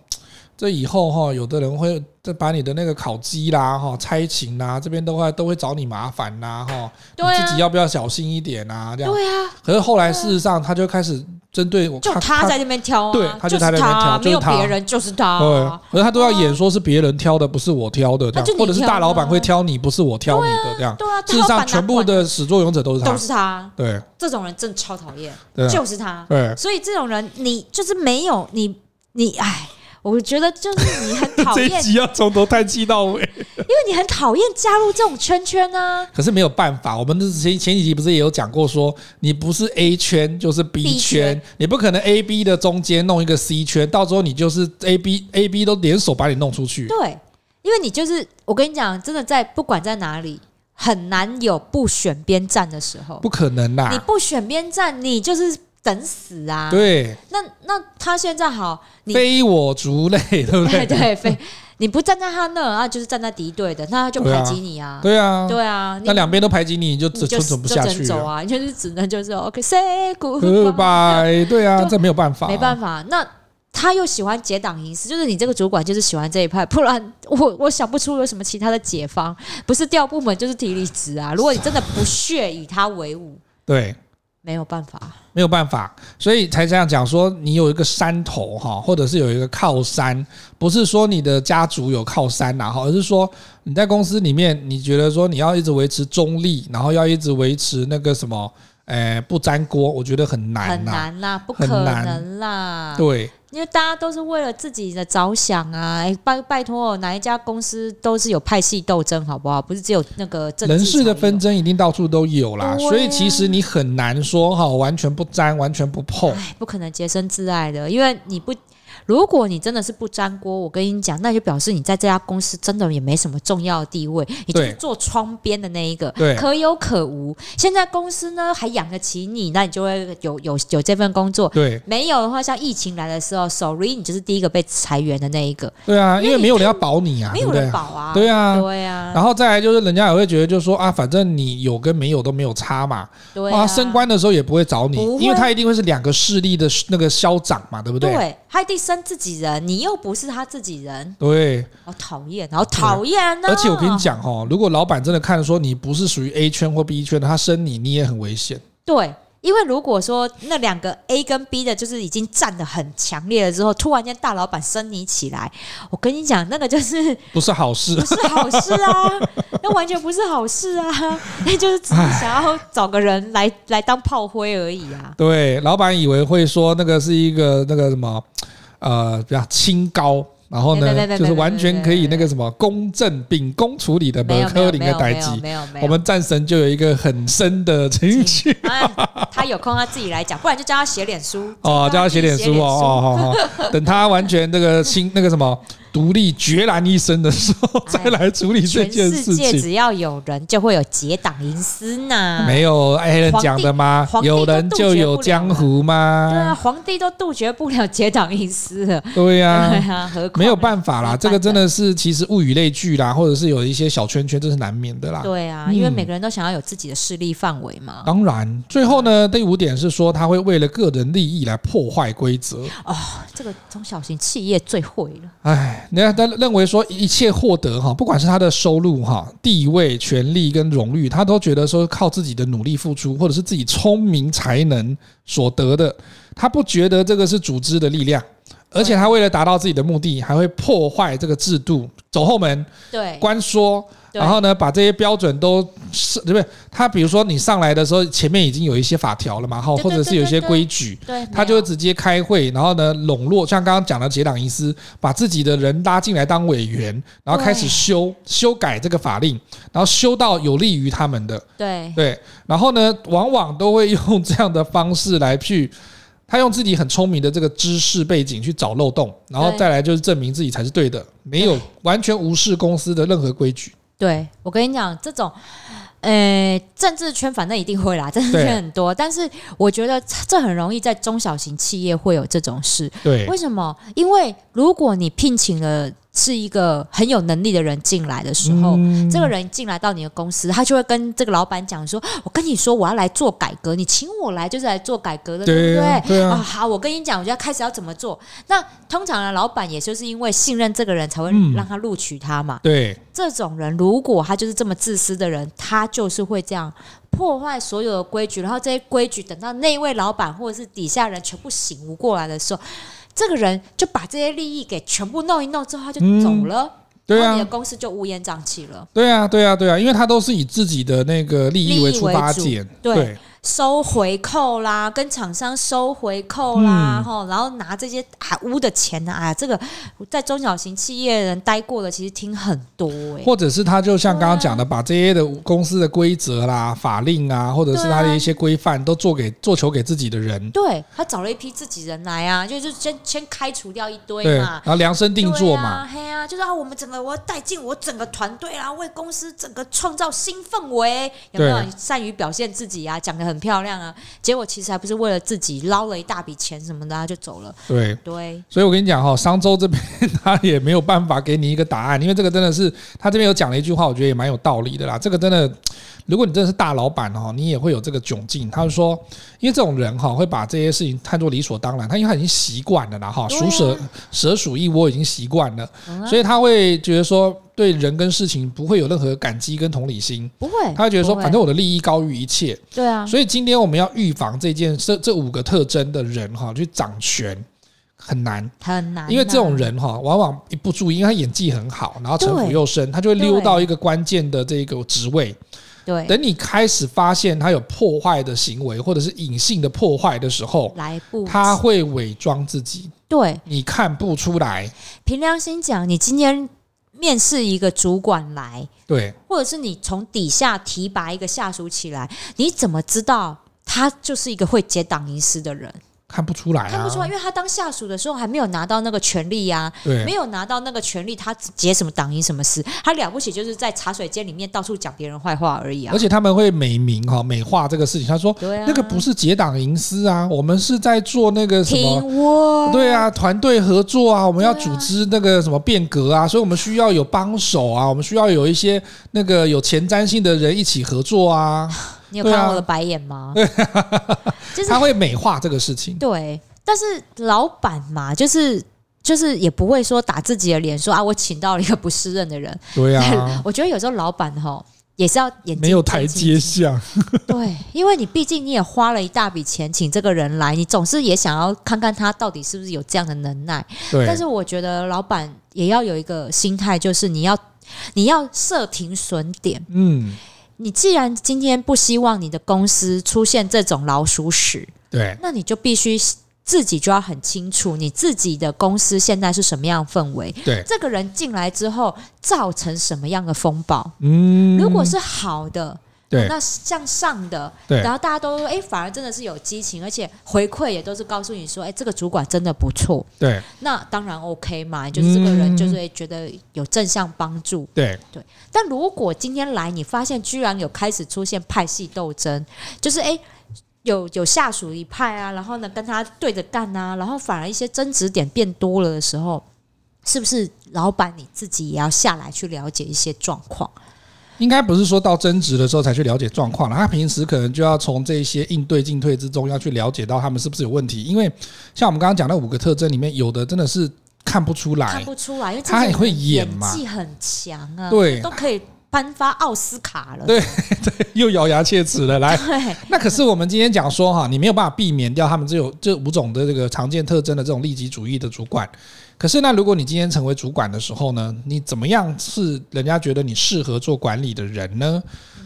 [SPEAKER 1] 这以后哈，有的人会再把你的那个烤鸡啦、哈差勤
[SPEAKER 2] 啊
[SPEAKER 1] 啦，这边都会都会找你麻烦啦，哈，你
[SPEAKER 2] 对啊
[SPEAKER 1] 自己要不要小心一点啊？这样。
[SPEAKER 2] 对啊，
[SPEAKER 1] 可是后来事实上，他就开始针对我，
[SPEAKER 2] 就他在那边挑啊，
[SPEAKER 1] 对他
[SPEAKER 2] 就
[SPEAKER 1] 就是他在那边挑
[SPEAKER 2] 啊没有
[SPEAKER 1] 就是他
[SPEAKER 2] 别人，就是他
[SPEAKER 1] 他
[SPEAKER 2] 啊。
[SPEAKER 1] 对，可是他都要演说是别人挑的，不是我挑的，这
[SPEAKER 2] 那就
[SPEAKER 1] 样，
[SPEAKER 2] 你
[SPEAKER 1] 或者是
[SPEAKER 2] 挑
[SPEAKER 1] 大
[SPEAKER 2] 啊
[SPEAKER 1] 老板会挑你，不是我挑你的，这样。
[SPEAKER 2] 对啊，
[SPEAKER 1] 事实
[SPEAKER 2] 他老
[SPEAKER 1] 上，
[SPEAKER 2] 板
[SPEAKER 1] 全
[SPEAKER 2] 哪
[SPEAKER 1] 部
[SPEAKER 2] 管
[SPEAKER 1] 的始作俑者都是
[SPEAKER 2] 都
[SPEAKER 1] 他，
[SPEAKER 2] 是他，
[SPEAKER 1] 对
[SPEAKER 2] 这种人真的超讨厌，
[SPEAKER 1] 对啊
[SPEAKER 2] 就是他。
[SPEAKER 1] 对，
[SPEAKER 2] 所以这种人，你就是没有你，你哎，我觉得就是你很讨厌，因为
[SPEAKER 1] 要从头叹气到尾。
[SPEAKER 2] 你很讨厌加入这种圈圈啊呢、
[SPEAKER 1] 可是没有办法，我们之前前几集不是也有讲过说，你不是 A 圈就是 B
[SPEAKER 2] B
[SPEAKER 1] 圈
[SPEAKER 2] 圈，
[SPEAKER 1] 你不可能 A B 的中间弄一个 C 圈，到时候你就是 A B A B 都联手把你弄出去。
[SPEAKER 2] 对，因为你就是我跟你讲，真的在不管在哪里，很难有不选边站的时候。
[SPEAKER 1] 不可能啦！啊
[SPEAKER 2] 你不选边站，你就是。等死啊。
[SPEAKER 1] 对，
[SPEAKER 2] 那那他现在好，你
[SPEAKER 1] 非我族类，对 不
[SPEAKER 2] 对
[SPEAKER 1] 对？
[SPEAKER 2] 对非你不站在他那啊，就是站在敌对的，那他就
[SPEAKER 1] 对啊
[SPEAKER 2] 排挤你啊。
[SPEAKER 1] 对啊，
[SPEAKER 2] 对啊，你
[SPEAKER 1] 那两边都排挤你，你就只
[SPEAKER 2] 你就
[SPEAKER 1] 生存不下
[SPEAKER 2] 就只
[SPEAKER 1] 去
[SPEAKER 2] 能走
[SPEAKER 1] 了。呃
[SPEAKER 2] 啊，你就是只能就是 OK，say goodbye，
[SPEAKER 1] Goodbye，对啊，
[SPEAKER 2] 对
[SPEAKER 1] 这没有办法，
[SPEAKER 2] 没办法。那他又喜欢结党营私，就是你这个主管就是喜欢这一派，不然我我想不出有什么其他的解方，不是调部门就是提离职啊。如果你真的不屑以他为伍，
[SPEAKER 1] 对，
[SPEAKER 2] 没有办法。
[SPEAKER 1] 没有办法，所以才这样讲说，你有一个山头哈，或者是有一个靠山，不是说你的家族有靠山呐、哈，而是说你在公司里面，你觉得说你要一直维持中立，然后要一直维持那个什么，呃，不粘锅，我觉得很难
[SPEAKER 2] 很
[SPEAKER 1] 呐、
[SPEAKER 2] 难啊啦，不可
[SPEAKER 1] 很难
[SPEAKER 2] 能啦，
[SPEAKER 1] 对
[SPEAKER 2] 因为大家都是为了自己的着想啊！哎拜拜托，哪一家公司都是有派系斗争，好不好？不是只有那个政治
[SPEAKER 1] 人事的
[SPEAKER 2] 才有
[SPEAKER 1] 纷，争一定到处都有啦，
[SPEAKER 2] 对啊
[SPEAKER 1] 所以其实你很难说哈，完全不沾，完全不碰。
[SPEAKER 2] 哎，不可能洁身自爱的，因为你不，如果你真的是不粘锅，我跟你讲，那就表示你在这家公司真的也没什么重要的地位，你就是
[SPEAKER 1] 对
[SPEAKER 2] 做窗边的那一个
[SPEAKER 1] 对，
[SPEAKER 2] 可有可无。现在公司呢还养得起你，那你就会有有有这份工作。
[SPEAKER 1] 对
[SPEAKER 2] 没有的话，像疫情来的时候，sorry，你就是第一个被裁员的那一个。
[SPEAKER 1] 对啊，因
[SPEAKER 2] 因
[SPEAKER 1] 为
[SPEAKER 2] 为你
[SPEAKER 1] 没有人要保你啊，
[SPEAKER 2] 没
[SPEAKER 1] 对
[SPEAKER 2] 有
[SPEAKER 1] 不对
[SPEAKER 2] 人？保啊，
[SPEAKER 1] 对啊，
[SPEAKER 2] 对啊，
[SPEAKER 1] 然后再来就是，人家也会觉得，就是说啊，反正你有跟没有都没有差嘛。
[SPEAKER 2] 对
[SPEAKER 1] 啊，升官的时候也不会找你
[SPEAKER 2] 不，会
[SPEAKER 1] 因为他一定会是两个势力的那个消长嘛，对不对？
[SPEAKER 2] 对，他一定生自己人，你又不是他自己人，
[SPEAKER 1] 对，
[SPEAKER 2] 好讨厌，好讨厌啊呢。
[SPEAKER 1] 而且我跟你，讲哦，如果老板真的看说你不是属于 A 圈或 B 圈的，他升你，你也很危险。
[SPEAKER 2] 对。因为如果说那两个 A 跟 B 的，就是已经站得很强烈了之后，突然间大老板升你起来，我跟你讲，那个就是
[SPEAKER 1] 不是好事
[SPEAKER 2] 不。是好事啊，那完全不是好事啊，那就是只是想要找个人来来当炮灰而已 啊。
[SPEAKER 1] 对，老板以为会说那个是一个那个什么，呃，比较清高，然后
[SPEAKER 2] 没没没
[SPEAKER 1] 呢，
[SPEAKER 2] 没
[SPEAKER 1] 就是完全可以那个什么公正秉公处理的本科林
[SPEAKER 2] 没
[SPEAKER 1] 的
[SPEAKER 2] 有没
[SPEAKER 1] 代
[SPEAKER 2] 有
[SPEAKER 1] 际。
[SPEAKER 2] 没有没有，
[SPEAKER 1] 我们战神就有一个很深的情绪。
[SPEAKER 2] 啊，他有空他自己来讲，不然就叫他写脸书
[SPEAKER 1] 哦，叫他写点书哦，哦，哦 哦，等他完全那个新那个什么独立决然一生的时候，再来处理这
[SPEAKER 2] 全
[SPEAKER 1] 件
[SPEAKER 2] 世
[SPEAKER 1] 事
[SPEAKER 2] 界
[SPEAKER 1] 情。
[SPEAKER 2] 只要有人，就会有结党营私呐。
[SPEAKER 1] 没有艾伦讲的吗？
[SPEAKER 2] 皇帝
[SPEAKER 1] 有人就有江湖
[SPEAKER 2] 对啊，
[SPEAKER 1] 吗？
[SPEAKER 2] 皇帝都杜绝不了结党营私了。
[SPEAKER 1] 对
[SPEAKER 2] 对
[SPEAKER 1] 呀、
[SPEAKER 2] 啊，何 况
[SPEAKER 1] 没有办法
[SPEAKER 2] 没
[SPEAKER 1] 啦，
[SPEAKER 2] 有
[SPEAKER 1] 这个真的是其实物以类聚啦，或者是有一些小圈圈，这是难免的啦。
[SPEAKER 2] 对啊，
[SPEAKER 1] 嗯
[SPEAKER 2] 因为每个人都想要有自己的势力范围嘛。
[SPEAKER 1] 当然，最后呢，第五点是说他会为了个人利益来破坏规则。啊
[SPEAKER 2] 这个中小型企业最会了。
[SPEAKER 1] 哎，人家他认为说一切获得哈，不管是他的收入哈、地位、权力跟荣誉，他都觉得说靠自己的努力付出，或者是自己聪明才能所得的，他不觉得这个是组织的力量，而且他为了达到自己的目的，还会破坏这个制度，走后门、
[SPEAKER 2] 对，
[SPEAKER 1] 关缩，
[SPEAKER 2] 对
[SPEAKER 1] 然后呢，把这些标准都是对不对？他比如说你上来的时候，前面已经有一些法条了嘛，哈，
[SPEAKER 2] 对对
[SPEAKER 1] 或者是有一些
[SPEAKER 2] 对对对
[SPEAKER 1] 规矩，
[SPEAKER 2] 对，
[SPEAKER 1] 他
[SPEAKER 2] 没
[SPEAKER 1] 就
[SPEAKER 2] 有
[SPEAKER 1] 会直接开会，然后呢笼络，像刚刚讲的结党营私，把自己的人拉进来当委员，然后开始
[SPEAKER 2] 对
[SPEAKER 1] 修修改这个法令，然后修到有利于他们的，
[SPEAKER 2] 对
[SPEAKER 1] 对，然后呢，往往都会用这样的方式来去，他用自己很聪明的这个知识背景去找漏洞，然后
[SPEAKER 2] 对
[SPEAKER 1] 再来就是证明自己才是对的，没有
[SPEAKER 2] 对
[SPEAKER 1] 完全无视公司的任何规矩，
[SPEAKER 2] 对，我跟你讲，这种，呃，政治圈反正一定会啦，政治
[SPEAKER 1] 对
[SPEAKER 2] 圈很多，但是我觉得这很容易在中小型企业会有这种事。
[SPEAKER 1] 对
[SPEAKER 2] 为什么？因为如果你聘请了是一个很有能力的人进来的时候。
[SPEAKER 1] 嗯
[SPEAKER 2] 这个人进来到你的公司，他就会跟这个老板讲说：“哦我跟你说，我要来做改革，你请我来就是来做改革的，对
[SPEAKER 1] 对
[SPEAKER 2] 不对？”
[SPEAKER 1] 啊对
[SPEAKER 2] 啊，
[SPEAKER 1] 啊，
[SPEAKER 2] 好，我跟你讲，我就要开始要怎么做。那通常呢，老板也就是因为信任这个人，才会
[SPEAKER 1] 嗯
[SPEAKER 2] 让他录取他嘛。
[SPEAKER 1] 对
[SPEAKER 2] 这种人，如果他就是这么自私的人，他就是会这样破坏所有的规矩，然后这些规矩等到那一位老板或者是底下人全部醒悟过来的时候，这个人就把这些利益给全部弄一弄之后，他就走了，
[SPEAKER 1] 嗯对
[SPEAKER 2] 然
[SPEAKER 1] 啊
[SPEAKER 2] 后你的。公司就乌烟瘴气了。
[SPEAKER 1] 对啊，对啊，对啊，因为他都是以自己的那个利益
[SPEAKER 2] 利益
[SPEAKER 1] 为出
[SPEAKER 2] 为
[SPEAKER 1] 发
[SPEAKER 2] 主
[SPEAKER 1] 点，
[SPEAKER 2] 对收回扣啦，跟厂商收回扣
[SPEAKER 1] 嗯
[SPEAKER 2] 啦，吼、然后拿这些啊污的钱啊，啊这个在中小型企业人待过的，其实听很多哎、
[SPEAKER 1] 或者是他就像刚刚讲的，
[SPEAKER 2] 啊
[SPEAKER 1] 把这些的公司的规则啦、法令啊，或者是他的一些规范，都做给做球给自己的人，
[SPEAKER 2] 对他找了一批自己人来啊，就就先先开除掉一堆
[SPEAKER 1] 对，
[SPEAKER 2] 嘛
[SPEAKER 1] 然，后量身定做
[SPEAKER 2] 对啊
[SPEAKER 1] 嘛，
[SPEAKER 2] 嘿啊，啊，就是啊，我们整个我要带进我整个团队啊，为公司整个创造新氛围，有没有
[SPEAKER 1] 对
[SPEAKER 2] 你善于表现自己啊？讲的很漂亮啊，结果其实还不是为了自己捞了一大笔钱什么的、啊、就走了。
[SPEAKER 1] 对，
[SPEAKER 2] 对，
[SPEAKER 1] 所以我跟你讲哈、商周这边他也没有办法给你一个答案，因为这个真的是他这边有讲了一句话，我觉得也蛮有道理的啦。这个真的，如果你真的是大老板哦，你也会有这个窘境。他就说，因为这种人哈、会把这些事情看作理所当然，他因为他已经习惯了啦哈，
[SPEAKER 2] 对啊嗯
[SPEAKER 1] 鼠舍蛇鼠一窝已经习惯了，所以他会觉得说对人跟事情不会有任何感激跟同理心，
[SPEAKER 2] 不会，
[SPEAKER 1] 他会觉得说
[SPEAKER 2] 哎不会
[SPEAKER 1] 反正我的利益高于一切，
[SPEAKER 2] 对啊，
[SPEAKER 1] 所以今天我们要预防这件这这五个特征的人哈、去掌权很难。
[SPEAKER 2] 很难啊、
[SPEAKER 1] 因为这种人哈、往往一不注意，因为他演技很好，然后城府
[SPEAKER 2] 对
[SPEAKER 1] 又深，他就会溜
[SPEAKER 2] 对
[SPEAKER 1] 到一个关键的这个职位。
[SPEAKER 2] 对
[SPEAKER 1] 等你开始发现他有破坏的行为，或者是隐性的破坏的时候，
[SPEAKER 2] 来不及
[SPEAKER 1] 他会伪装自己，
[SPEAKER 2] 对
[SPEAKER 1] 你看不出来。
[SPEAKER 2] 凭良心讲，你今天面试一个主管来，
[SPEAKER 1] 对
[SPEAKER 2] 或者是你从底下提拔一个下属起来，你怎么知道他就是一个会结党营私的人？
[SPEAKER 1] 看不出来啊，
[SPEAKER 2] 看不出来，因为他当下属的时候还没有拿到那个权利呀、没
[SPEAKER 1] 对
[SPEAKER 2] 有拿到那个权利，他结什么党营什么私？他了不起就是在茶水间里面到处讲别人坏话而已啊
[SPEAKER 1] 而！且他们会美名哈、美化这个事情。他说、
[SPEAKER 2] 对啊，
[SPEAKER 1] 那个不是结党营私啊，我们是在做那个什么
[SPEAKER 2] 听。我，
[SPEAKER 1] 对啊，团队合作啊，我们要
[SPEAKER 2] 对啊
[SPEAKER 1] 组织那个什么变革啊，所以我们需要有帮手啊，我们需要有一些那个有前瞻性的人一起合作啊，
[SPEAKER 2] 你有
[SPEAKER 1] 对啊
[SPEAKER 2] 看我的白眼 吗？ 就是
[SPEAKER 1] 他会美化这个事情。
[SPEAKER 2] 对，但是老板嘛，就是就是也不会说打自己的脸说啊，我请到了一个不适任的人。，
[SPEAKER 1] 对啊
[SPEAKER 2] 我觉得有时候老板哈也是要眼睛
[SPEAKER 1] 没有台阶
[SPEAKER 2] 睁睛。
[SPEAKER 1] 下。
[SPEAKER 2] 对，因为你毕竟你也花了一大笔钱请这个人来，你总是也想要看看他到底是不是有这样的能耐。但
[SPEAKER 1] 对
[SPEAKER 2] 是我觉得老板也要有一个心态，就是你要你要设停损点。
[SPEAKER 1] 嗯，
[SPEAKER 2] 你既然今天不希望你的公司出现这种老鼠屎，
[SPEAKER 1] 对
[SPEAKER 2] 那你就必须自己就要很清楚你自己的公司现在是什么样的氛围，
[SPEAKER 1] 对，
[SPEAKER 2] 这个人进来之后造成什么样的风暴。
[SPEAKER 1] 嗯，
[SPEAKER 2] 如果是好的，
[SPEAKER 1] 对
[SPEAKER 2] 那向上的，
[SPEAKER 1] 对
[SPEAKER 2] 然后大家都哎、反而真的是有激情，而且回馈也都是告诉你说，哎、这个主管真的不错，
[SPEAKER 1] 对
[SPEAKER 2] 那当然 OK 嘛，就是这个
[SPEAKER 1] 嗯
[SPEAKER 2] 人就是哎觉得有正向帮助。
[SPEAKER 1] 对
[SPEAKER 2] 但如果今天来，你发现居然有开始出现派系斗争，就是诶有有下属一派啊，然后呢跟他对着干啊，然后反而一些争执点变多了的时候，是不是老板你自己也要下来去了解一些状况？
[SPEAKER 1] 应该不是说到争执的时候才去了解状况了，他平时可能就要从这些应对进退之中要去了解到他们是不是有问题，因为像我们刚刚讲那五个特征里面，有的真的是看不出来
[SPEAKER 2] 看，不出来，因为
[SPEAKER 1] 哎他也会演
[SPEAKER 2] 演
[SPEAKER 1] 嘛
[SPEAKER 2] 技很强啊，
[SPEAKER 1] 对
[SPEAKER 2] 都可以颁发奥斯卡了。
[SPEAKER 1] 对又咬牙切齿的来。
[SPEAKER 2] 对
[SPEAKER 1] 那可是我们今天讲说哈，你没有办法避免掉他们这有这五种的这个常见特征的这种利己主义的主管。可是那如果你今天成为主管的时候呢，你怎么样是人家觉得你适合做管理的人呢？
[SPEAKER 2] 嗯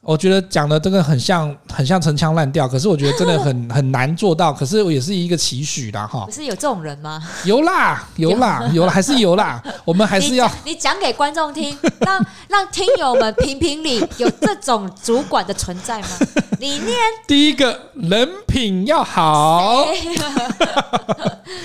[SPEAKER 1] 我觉得讲的这个很像很像陈腔滥调，可是我觉得真的很 很难做到，可是我也是一个期许啦哈
[SPEAKER 2] 不。是有这种人吗？
[SPEAKER 1] 有啦，有啦，有啦，还是有啦，我们 还是要
[SPEAKER 2] 你讲你讲给观众听，让让听友们评评理，有这种主管的存 在吗？你念
[SPEAKER 1] 第一个人品要好。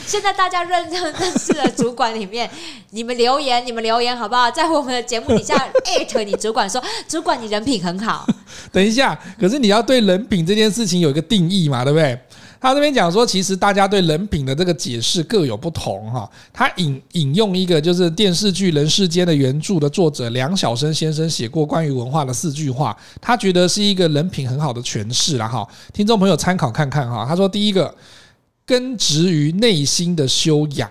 [SPEAKER 2] 现在大家认认认识的主管里面，你们留言，你们留言好不好？在我们的节目 底下艾特你主管说，主管你人品很好，
[SPEAKER 1] 等一下，可是你要对人品这件事情有一个定义嘛，对不对？他这边讲说，其实大家对人品的这个解释各有不同哈、他引引用一个就是电视剧《人世间》的原著的作者梁晓声先生写过关于文化的四句话，他觉得是一个人品很好的诠释啦哈。听众朋友参考看看哈。他说第一个，根植于内心的修 养，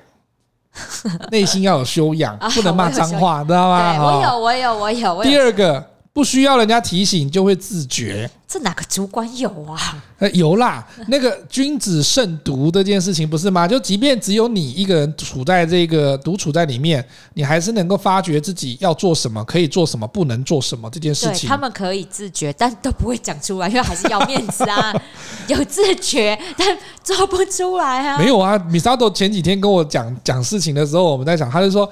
[SPEAKER 1] 内心要有修养，
[SPEAKER 2] 啊
[SPEAKER 1] 不能骂
[SPEAKER 2] 我有修
[SPEAKER 1] 脏
[SPEAKER 2] 养
[SPEAKER 1] 话，知道吗？
[SPEAKER 2] 对
[SPEAKER 1] 哈
[SPEAKER 2] 我有，我有，我有，我
[SPEAKER 1] 第
[SPEAKER 2] 有，
[SPEAKER 1] 二个，不需要人家提醒就会自觉。
[SPEAKER 2] 这哪个主管有啊？
[SPEAKER 1] 呃，有啦，那个君子慎独这件事情不是吗？就即便只有你一个人处在这个独处在里面，你还是能够发觉自己要做什么，可以做什么，不能做什么这件事
[SPEAKER 2] 对
[SPEAKER 1] 情
[SPEAKER 2] 他。们可以自觉，但都不会讲出来，因为还是要面 子啊。有自觉，但做不出来啊。
[SPEAKER 1] 没有啊，米沙豆前几天跟我讲讲事情的时候，我们在讲，他就说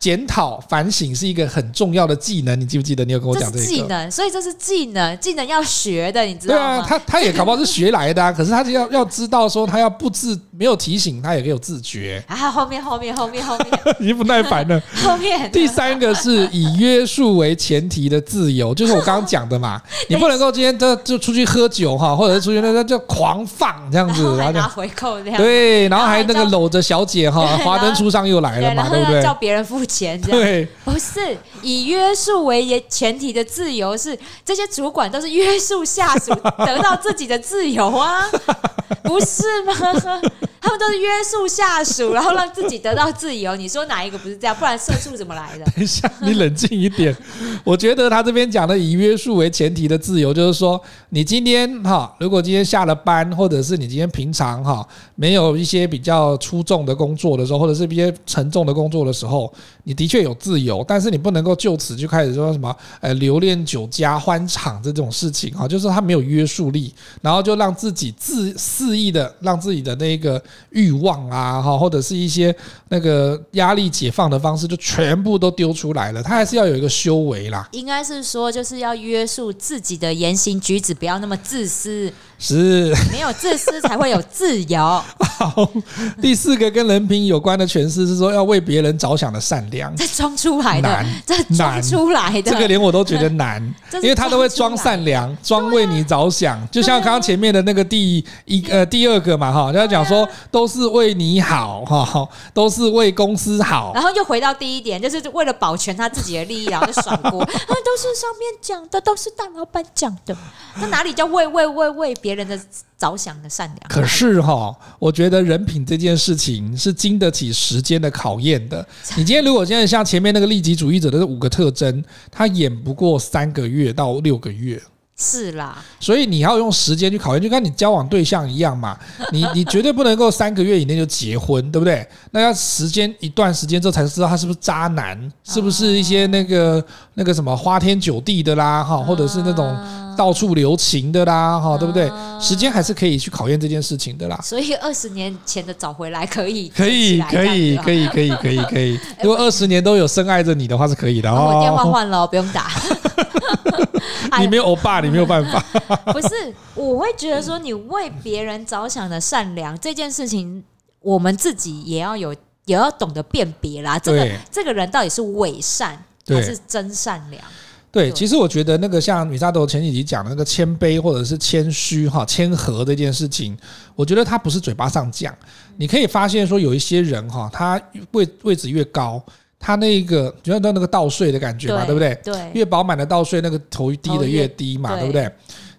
[SPEAKER 1] 检讨反省是一个很重要的技能，你记不记得？你有跟我
[SPEAKER 2] 这
[SPEAKER 1] 讲
[SPEAKER 2] 是
[SPEAKER 1] 这
[SPEAKER 2] 技
[SPEAKER 1] 个？啊
[SPEAKER 2] 能，所以这是技能，技能要学的，你知
[SPEAKER 1] 对
[SPEAKER 2] 道
[SPEAKER 1] 啊，
[SPEAKER 2] 吗？
[SPEAKER 1] 他他也搞不好是学来的啊，可是他就要要知道说他要不自没有提醒，他也有自觉，
[SPEAKER 2] 啊，后面后面后面后面
[SPEAKER 1] 已经不耐烦了。
[SPEAKER 2] 后 面，
[SPEAKER 1] 第三个是以约束为前提的自由，就是我刚刚讲的 嘛，你不能够今天就就出去喝酒哈，或者是出去那那就狂放这样
[SPEAKER 2] 然
[SPEAKER 1] 子，
[SPEAKER 2] 后
[SPEAKER 1] 然
[SPEAKER 2] 还
[SPEAKER 1] 后就
[SPEAKER 2] 拿回扣这样，
[SPEAKER 1] 对，然后
[SPEAKER 2] 然后
[SPEAKER 1] 还
[SPEAKER 2] 还
[SPEAKER 1] 那个
[SPEAKER 2] 叫
[SPEAKER 1] 搂着小姐哈，
[SPEAKER 2] 对
[SPEAKER 1] 华灯
[SPEAKER 2] 然后
[SPEAKER 1] 初上又来了
[SPEAKER 2] 对，然
[SPEAKER 1] 嘛，
[SPEAKER 2] 后
[SPEAKER 1] 对不
[SPEAKER 2] 要
[SPEAKER 1] 对
[SPEAKER 2] 叫？别人付钱这样。
[SPEAKER 1] 对，
[SPEAKER 2] 不是以约束为也前提的自由是，这些主管都是约束下 属得到自己的自由啊，不是吗？ 他们都是约束下属，然后让自己得到自由。你说哪一个不是这样？不然社畜怎么来的？
[SPEAKER 1] 等一下，你冷静一点。我觉得他这边讲的以约束为前提的自由，就是说，你今天哈，如果今天下了班，或者是你今天平常哈没有一些比较出众的工作的时候，或者是一些沉重的工作的时候，你的确有自由，但是你不能够就此就开始说什么呃留恋酒家欢场这种事情哈，就是他没有约束力，然后就让自己自肆意的让自己的那个欲望啊哈，或者是一些那个压力解放的方式，就全部都丢出来了。他还是要有一个修为啦，
[SPEAKER 2] 应该是说，就是要约束自己的言行举止，不要那么自私。
[SPEAKER 1] 是。
[SPEAKER 2] 没有自私才会有自 由，
[SPEAKER 1] 好，第四个跟人品有关的诠释是说要为别人着想的善良，
[SPEAKER 2] 这装出来的
[SPEAKER 1] 难，
[SPEAKER 2] 这装
[SPEAKER 1] 难
[SPEAKER 2] 出来的。
[SPEAKER 1] 这个连我都觉得难，
[SPEAKER 2] 这是
[SPEAKER 1] 因为他都会装
[SPEAKER 2] 装出来
[SPEAKER 1] 善良，啊装为你着想，就像刚刚前面的那个第一呃第二个嘛哈，他讲说都是为你好哈，都是为公司好，
[SPEAKER 2] 然后又回到第一点，就是为了保全他自己的利益，然后就甩 锅，啊，都是上面讲的，都是大老板讲的，那哪里叫为为为为别人的着想的善良？
[SPEAKER 1] 可是哈、我觉得人品这件事情是经得起时间的考验的。你今天如果现在像前面那个利己主义者的这五个特征，他演不过三个月到六个月，
[SPEAKER 2] 是啦，
[SPEAKER 1] 所以你要用时间去考验，就跟你交往对象一样嘛。你你绝对不能够三个月以内就结婚，对不对？那要时间一段时间之后才知道他是不是渣男，是不是一些那个那个什么花天酒地的啦，哈，或者是那种
[SPEAKER 2] 啊
[SPEAKER 1] 到处留情的啦，哈，对不对？
[SPEAKER 2] 啊
[SPEAKER 1] 时间还是可以去考验这件事情的啦。
[SPEAKER 2] 所以二十年前的找回来可以，
[SPEAKER 1] 可以，可以，可
[SPEAKER 2] 以。
[SPEAKER 1] 以，可以，可以，可 以。如果二十年都有深爱着你的话，是可以的
[SPEAKER 2] 然后我电话
[SPEAKER 1] 哦。
[SPEAKER 2] 换了哦，不用 打。哎
[SPEAKER 1] 你
[SPEAKER 2] 呀
[SPEAKER 1] 没有欧巴，你没有办 法。
[SPEAKER 2] 不是，我会觉得说，你为别人着想的善良这件事情，我们自己也要有，也要懂得辨别啦。这个
[SPEAKER 1] 对
[SPEAKER 2] 这个人到底是伪善还
[SPEAKER 1] 对
[SPEAKER 2] 是真善良？
[SPEAKER 1] 对，
[SPEAKER 2] 对
[SPEAKER 1] 其实我觉得那个像米沙头前几集讲的那个谦卑或者是谦虚哈、谦和这件事情，我觉得他不是嘴巴上讲，你可以发现说有一些人哈、他位位置越高，他那个就像到那个稻穗的感觉嘛，对不对？
[SPEAKER 2] 对，
[SPEAKER 1] 越饱满的稻穗，那个头低的越低嘛，
[SPEAKER 2] 头
[SPEAKER 1] 对
[SPEAKER 2] 越
[SPEAKER 1] 不对？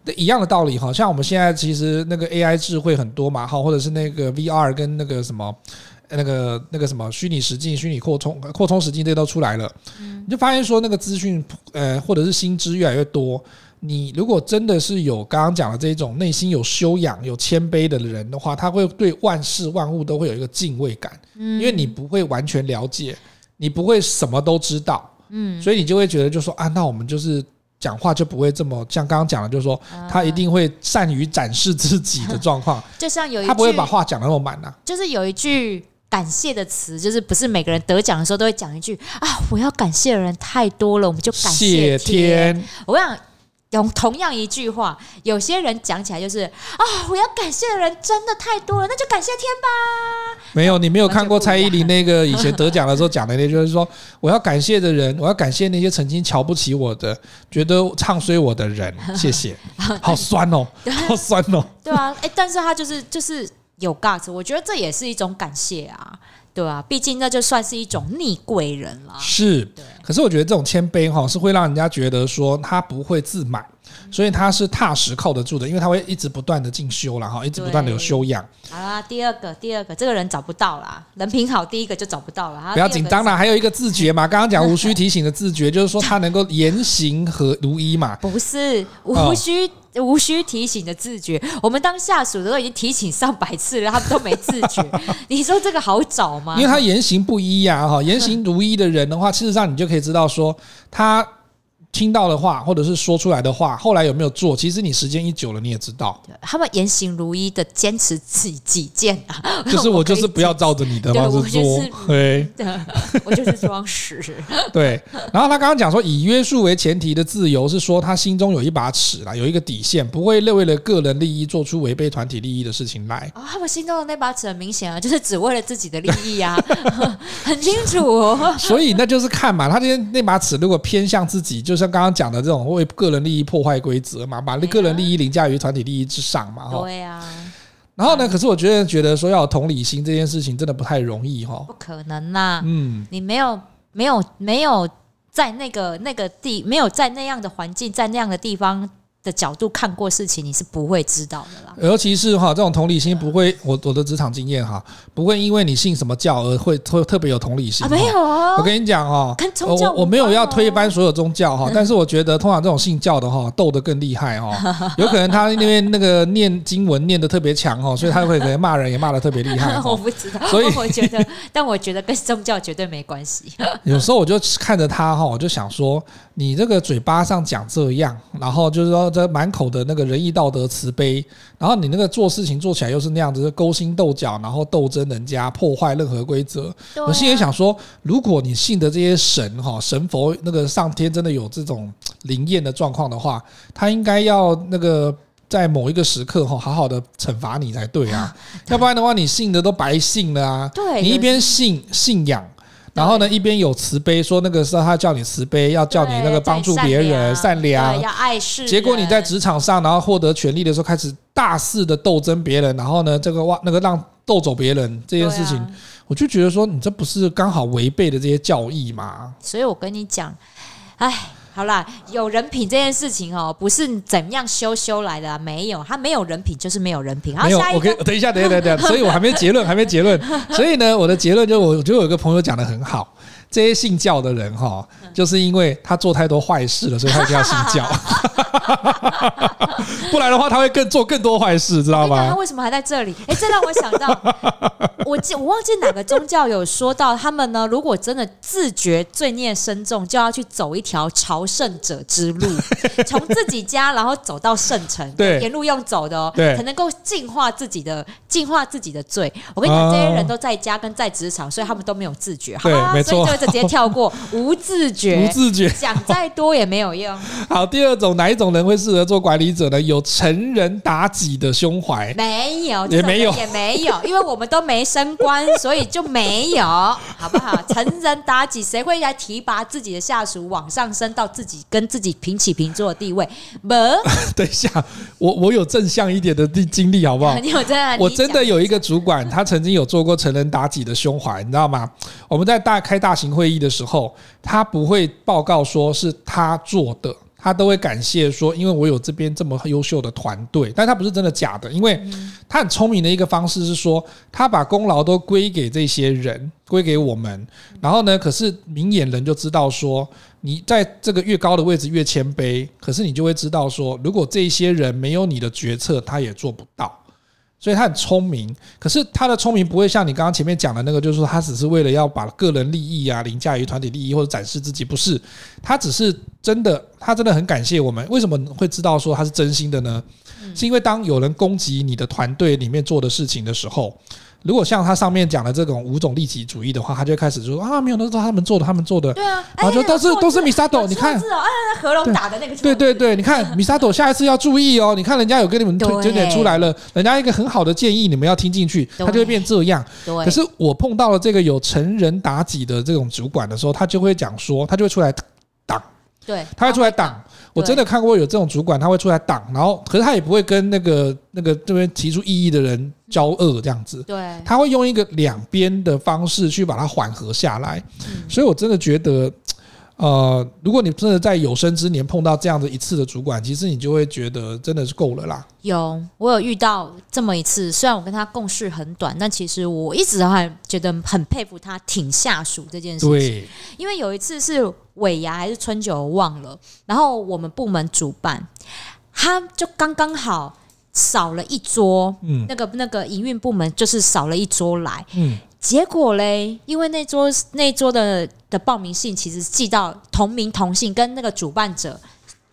[SPEAKER 1] 那一样的道理哈，像我们现在其实那个 AI 智慧很多嘛，哈，或者是那个 VR 跟那个什么。呃那个那个什么虚拟实境、虚拟扩充、扩充实境，这些都出来了，
[SPEAKER 2] 嗯
[SPEAKER 1] 你就发现说那个资讯，呃，或者是新知越来越多。你如果真的是有刚刚讲的这种内心有修养、有谦卑的人的话，他会对万事万物都会有一个敬畏感，
[SPEAKER 2] 嗯
[SPEAKER 1] 因为你不会完全了解，你不会什么都知道，
[SPEAKER 2] 嗯，
[SPEAKER 1] 所以你就会觉得就说啊，那我们就是讲话就不会这么像刚刚讲的，就是说
[SPEAKER 2] 啊
[SPEAKER 1] 他一定会善于展示自己的状 况，
[SPEAKER 2] 嗯就像有一句，
[SPEAKER 1] 他不会把话讲的那么满呐、
[SPEAKER 2] 就是有一句感谢的词，就是不是每个人得奖的时候都会讲一句啊，我要感谢的人太多了，我们就感
[SPEAKER 1] 谢
[SPEAKER 2] 天。
[SPEAKER 1] 天，
[SPEAKER 2] 我想用同样一句话，有些人讲起来就是啊，我要感谢的人真的太多了，那就感谢天吧。
[SPEAKER 1] 没有你没有看过
[SPEAKER 2] 完全
[SPEAKER 1] 蔡
[SPEAKER 2] 不一样
[SPEAKER 1] 依林那个以前得奖的时候讲的那句，就是说 我要感谢的人，我要感谢那些曾经瞧不起我的、觉得唱衰我的人，谢 谢，好酸哦，好酸哦，
[SPEAKER 2] 对啊， 哎、但是他就是就是有 guts，我觉得这也是一种感谢啊，对啊，毕竟那就算是一种逆贵人啦。
[SPEAKER 1] 是
[SPEAKER 2] 对。
[SPEAKER 1] 可是我觉得这种谦卑哈，是会让人家觉得说他不会自满，所以他是踏实靠得住的，因为他会一直不断的进修了哈，一直不断的有修养。
[SPEAKER 2] 好啦，第二个，第二个，这个人找不到啦，人品好，第一个就找不到了。
[SPEAKER 1] 不要紧张
[SPEAKER 2] 啦，
[SPEAKER 1] 啦，还有一个自觉 嘛，刚刚讲无需提醒的自觉，就是说他能够言行合如一 嘛。
[SPEAKER 2] 不是
[SPEAKER 1] 哦
[SPEAKER 2] 无需、无需提醒的自觉。我们当下属的都已经提醒上百次了，他们都没自 觉。你说这个好找吗？
[SPEAKER 1] 因为 他言行不一呀，哈，言行如一的人的话，事实上你就可以知道说他听到的话，或者是说出来的话，后来有没有做，其实你时间一久了，你也知道。
[SPEAKER 2] 他们言行如一的坚持己己见 啊，
[SPEAKER 1] 就是我就是不要
[SPEAKER 2] 造
[SPEAKER 1] 照着你的
[SPEAKER 2] 对
[SPEAKER 1] 方
[SPEAKER 2] 我
[SPEAKER 1] 式做
[SPEAKER 2] 就是，
[SPEAKER 1] 对。
[SPEAKER 2] 的，我就是装屎。
[SPEAKER 1] 对，然后他刚刚讲说，以约束为前提的自由是说，他心中有一把尺啦，有一个底线，不会为了个人利益做出违背团体利益的事情来。
[SPEAKER 2] 哦，他们心中的那把尺很明显啊，就是只为了自己的利 益啊，很清楚、哦。
[SPEAKER 1] 所以那就是看嘛，他今天那把尺如果偏向自己，就像刚刚讲的这种为个人利益破坏规则嘛，把
[SPEAKER 2] 对啊
[SPEAKER 1] 个人利益凌驾于团体利益之上嘛，哈。
[SPEAKER 2] 对啊，
[SPEAKER 1] 然后呢，可是我觉得觉得说要有同理心这件事情真的不太容易哈。
[SPEAKER 2] 不可能呐、
[SPEAKER 1] 嗯，
[SPEAKER 2] 你没有没有没有在那个那个地，没有在那样的环境，在那样的地方的角度看过事情，你是不会知道的啦。
[SPEAKER 1] 尤其是哈这种同理心不会，我我的职场经验哈，不会因为你信什么教而会会特别有同理心
[SPEAKER 2] 啊，
[SPEAKER 1] 哈。
[SPEAKER 2] 没有
[SPEAKER 1] 我
[SPEAKER 2] 哦，
[SPEAKER 1] 跟你讲哦，
[SPEAKER 2] 跟宗
[SPEAKER 1] 呃
[SPEAKER 2] 教无关哦哦
[SPEAKER 1] 我我没有要推翻所有宗教哈、但是我觉得通常这种信教的哈、斗得更厉害 哦，有可能他因为那个念经文念得特别强哦，所以他会可能骂人也骂得特别厉害
[SPEAKER 2] 我
[SPEAKER 1] 哦。
[SPEAKER 2] 不知道，
[SPEAKER 1] 所以
[SPEAKER 2] 我觉得，但我觉得跟宗教绝对没关系。
[SPEAKER 1] 有时候我就看着他哦哈、我就想说，你这个嘴巴上讲这样，然后就是说这满口的那个仁义道德慈悲，然后你那个做事情做起来又是那样子，就勾心斗角，然后斗争人家，破坏任何规则，
[SPEAKER 2] 对
[SPEAKER 1] 我心里
[SPEAKER 2] 啊
[SPEAKER 1] 想说，如果你信的这些神哈神佛那个上天真的有这种灵验的状况的话，他应该要那个在某一个时刻哈好好的惩罚你才对啊，要不然的话你信的都白信了啊。
[SPEAKER 2] 对，
[SPEAKER 1] 你一
[SPEAKER 2] 有
[SPEAKER 1] 边信信仰，然后呢一边有慈悲，说那个是他叫你慈悲，要叫你那个
[SPEAKER 2] 对
[SPEAKER 1] 帮助
[SPEAKER 2] 叫你
[SPEAKER 1] 别人善
[SPEAKER 2] 善
[SPEAKER 1] 良
[SPEAKER 2] 对，要爱世人。
[SPEAKER 1] 结果你在职场上，然后获得权利的时候，开始大肆的斗争别人，然后呢，这个哇那个让斗走别人这件事情
[SPEAKER 2] 对，啊
[SPEAKER 1] 我就觉得说，你这不是刚好违背了这些教义吗？
[SPEAKER 2] 所以我跟你讲，哎，好啦，有人品这件事情哦，不是怎样修修来的、啊，没有，他没有人品就是没有人品。然
[SPEAKER 1] 没
[SPEAKER 2] 后
[SPEAKER 1] 有
[SPEAKER 2] 下，一
[SPEAKER 1] 我跟
[SPEAKER 2] 个，
[SPEAKER 1] 等一下，等一下， 等一下，所以我还没结论，还没结论。所以呢，我的结论就是，我觉得我有个朋友讲的很好，这些信教的人哈、
[SPEAKER 2] 嗯
[SPEAKER 1] 就是因为他做太多坏事了，所以他就要信 教，不然的话他会更做更多坏事，知道
[SPEAKER 2] 哎那他
[SPEAKER 1] 吗？
[SPEAKER 2] 为什么还在这里？哎，这让我想到， 我记我忘记哪个宗教有说到，他们呢，如果真的自觉罪孽深重，就要去走一条朝圣者之 路，从自己家然后走到圣城，
[SPEAKER 1] 对
[SPEAKER 2] 沿路用走的哦，
[SPEAKER 1] 对
[SPEAKER 2] 才能够净化自己的净化自己的罪。我跟你
[SPEAKER 1] 哦
[SPEAKER 2] 讲，这些人都在家跟在职场，所以他们都没有自觉，
[SPEAKER 1] 对
[SPEAKER 2] 哈
[SPEAKER 1] 没
[SPEAKER 2] 所
[SPEAKER 1] 错
[SPEAKER 2] 以就会直接跳过无 自
[SPEAKER 1] 不
[SPEAKER 2] 觉。
[SPEAKER 1] 自觉。
[SPEAKER 2] 讲再多也没有用，
[SPEAKER 1] 好，第二种哪一种人会适合做管理者呢？有成人打己的胸怀。
[SPEAKER 2] 没有，
[SPEAKER 1] 也没有
[SPEAKER 2] 这种人也没 有，因为我们都没升官，所以就没有， 好不好？成人妲己，谁会来提拔自己的下属往上升到自己跟自己平起平坐的地位？没，
[SPEAKER 1] 等一下，我我有正向一点的经经历，好不好？
[SPEAKER 2] 你有这样？
[SPEAKER 1] 我
[SPEAKER 2] 你
[SPEAKER 1] 真的
[SPEAKER 2] 讲
[SPEAKER 1] 有一个主管，他曾经有做过成人妲己的胸怀，你知道吗？我们在大开大型会议的时候，他不会报告说是他做的，他都会感谢说，因为我有这边这么优秀的团队，但他不是真的假的，因为
[SPEAKER 2] 嗯
[SPEAKER 1] 他很聪明的一个方式是说，他把功劳都归给这些人，归给我们，然后呢，可是明眼人就知道说，你在这个越高的位置越谦卑，可是你就会知道说，如果这些人没有你的决策，他也做不到。所以他很聪明，可是他的聪明不会像你刚刚前面讲的那个，就是说他只是为了要把个人利益啊凌驾于团体利益或者展示自己，不是，他只是真的，他真的很感谢我们。为什么会知道说他是真心的呢？是因为当有人攻击你的团队里面做的事情的时候，如果像他上面讲的这种五种利己主义的话，他就会开始说啊，没有，那是他们做的，他们做的，
[SPEAKER 2] 对啊，
[SPEAKER 1] 然后就
[SPEAKER 2] 哎
[SPEAKER 1] 都是
[SPEAKER 2] 有错
[SPEAKER 1] 都是米沙
[SPEAKER 2] 有
[SPEAKER 1] 斗，你
[SPEAKER 2] 错
[SPEAKER 1] 看
[SPEAKER 2] 字哦，哎，那合龙打的那个错
[SPEAKER 1] 对
[SPEAKER 2] 字
[SPEAKER 1] 对对，你看米沙朵下一次要注意哦。你看人家有跟你们推
[SPEAKER 2] 对
[SPEAKER 1] 推荐出来了，人家一个很好的建议，你们要听进去，
[SPEAKER 2] 对
[SPEAKER 1] 他就会变这样。
[SPEAKER 2] 对，
[SPEAKER 1] 可是我碰到了这个有成人妲己的这种主管的时候，他就会讲说，他就会出来挡，
[SPEAKER 2] 对，
[SPEAKER 1] 他会出来挡。我真的看过有这种主管，他会出来挡，然后可是他也不会跟那个那个这边提出异议的人交恶这样子。
[SPEAKER 2] 对，
[SPEAKER 1] 他会用一个两边的方式去把它缓和下来。
[SPEAKER 2] 嗯
[SPEAKER 1] 所以我真的觉得，呃，如果你真的在有生之年碰到这样的一次的主管，其实你就会觉得真的是够了啦。
[SPEAKER 2] 有我有遇到这么一次，虽然我跟他共事很短，但其实我一直都还觉得很佩服他挺下属这件事情。
[SPEAKER 1] 对，
[SPEAKER 2] 因为有一次是尾牙还是春酒，我忘了。然后我们部门主办，他就刚刚好少了一桌，
[SPEAKER 1] 嗯
[SPEAKER 2] 那个那个营运部门就是少了一桌来。
[SPEAKER 1] 嗯，
[SPEAKER 2] 结果嘞，因为那桌那桌的的报名信其实寄到同名同姓跟那个主办者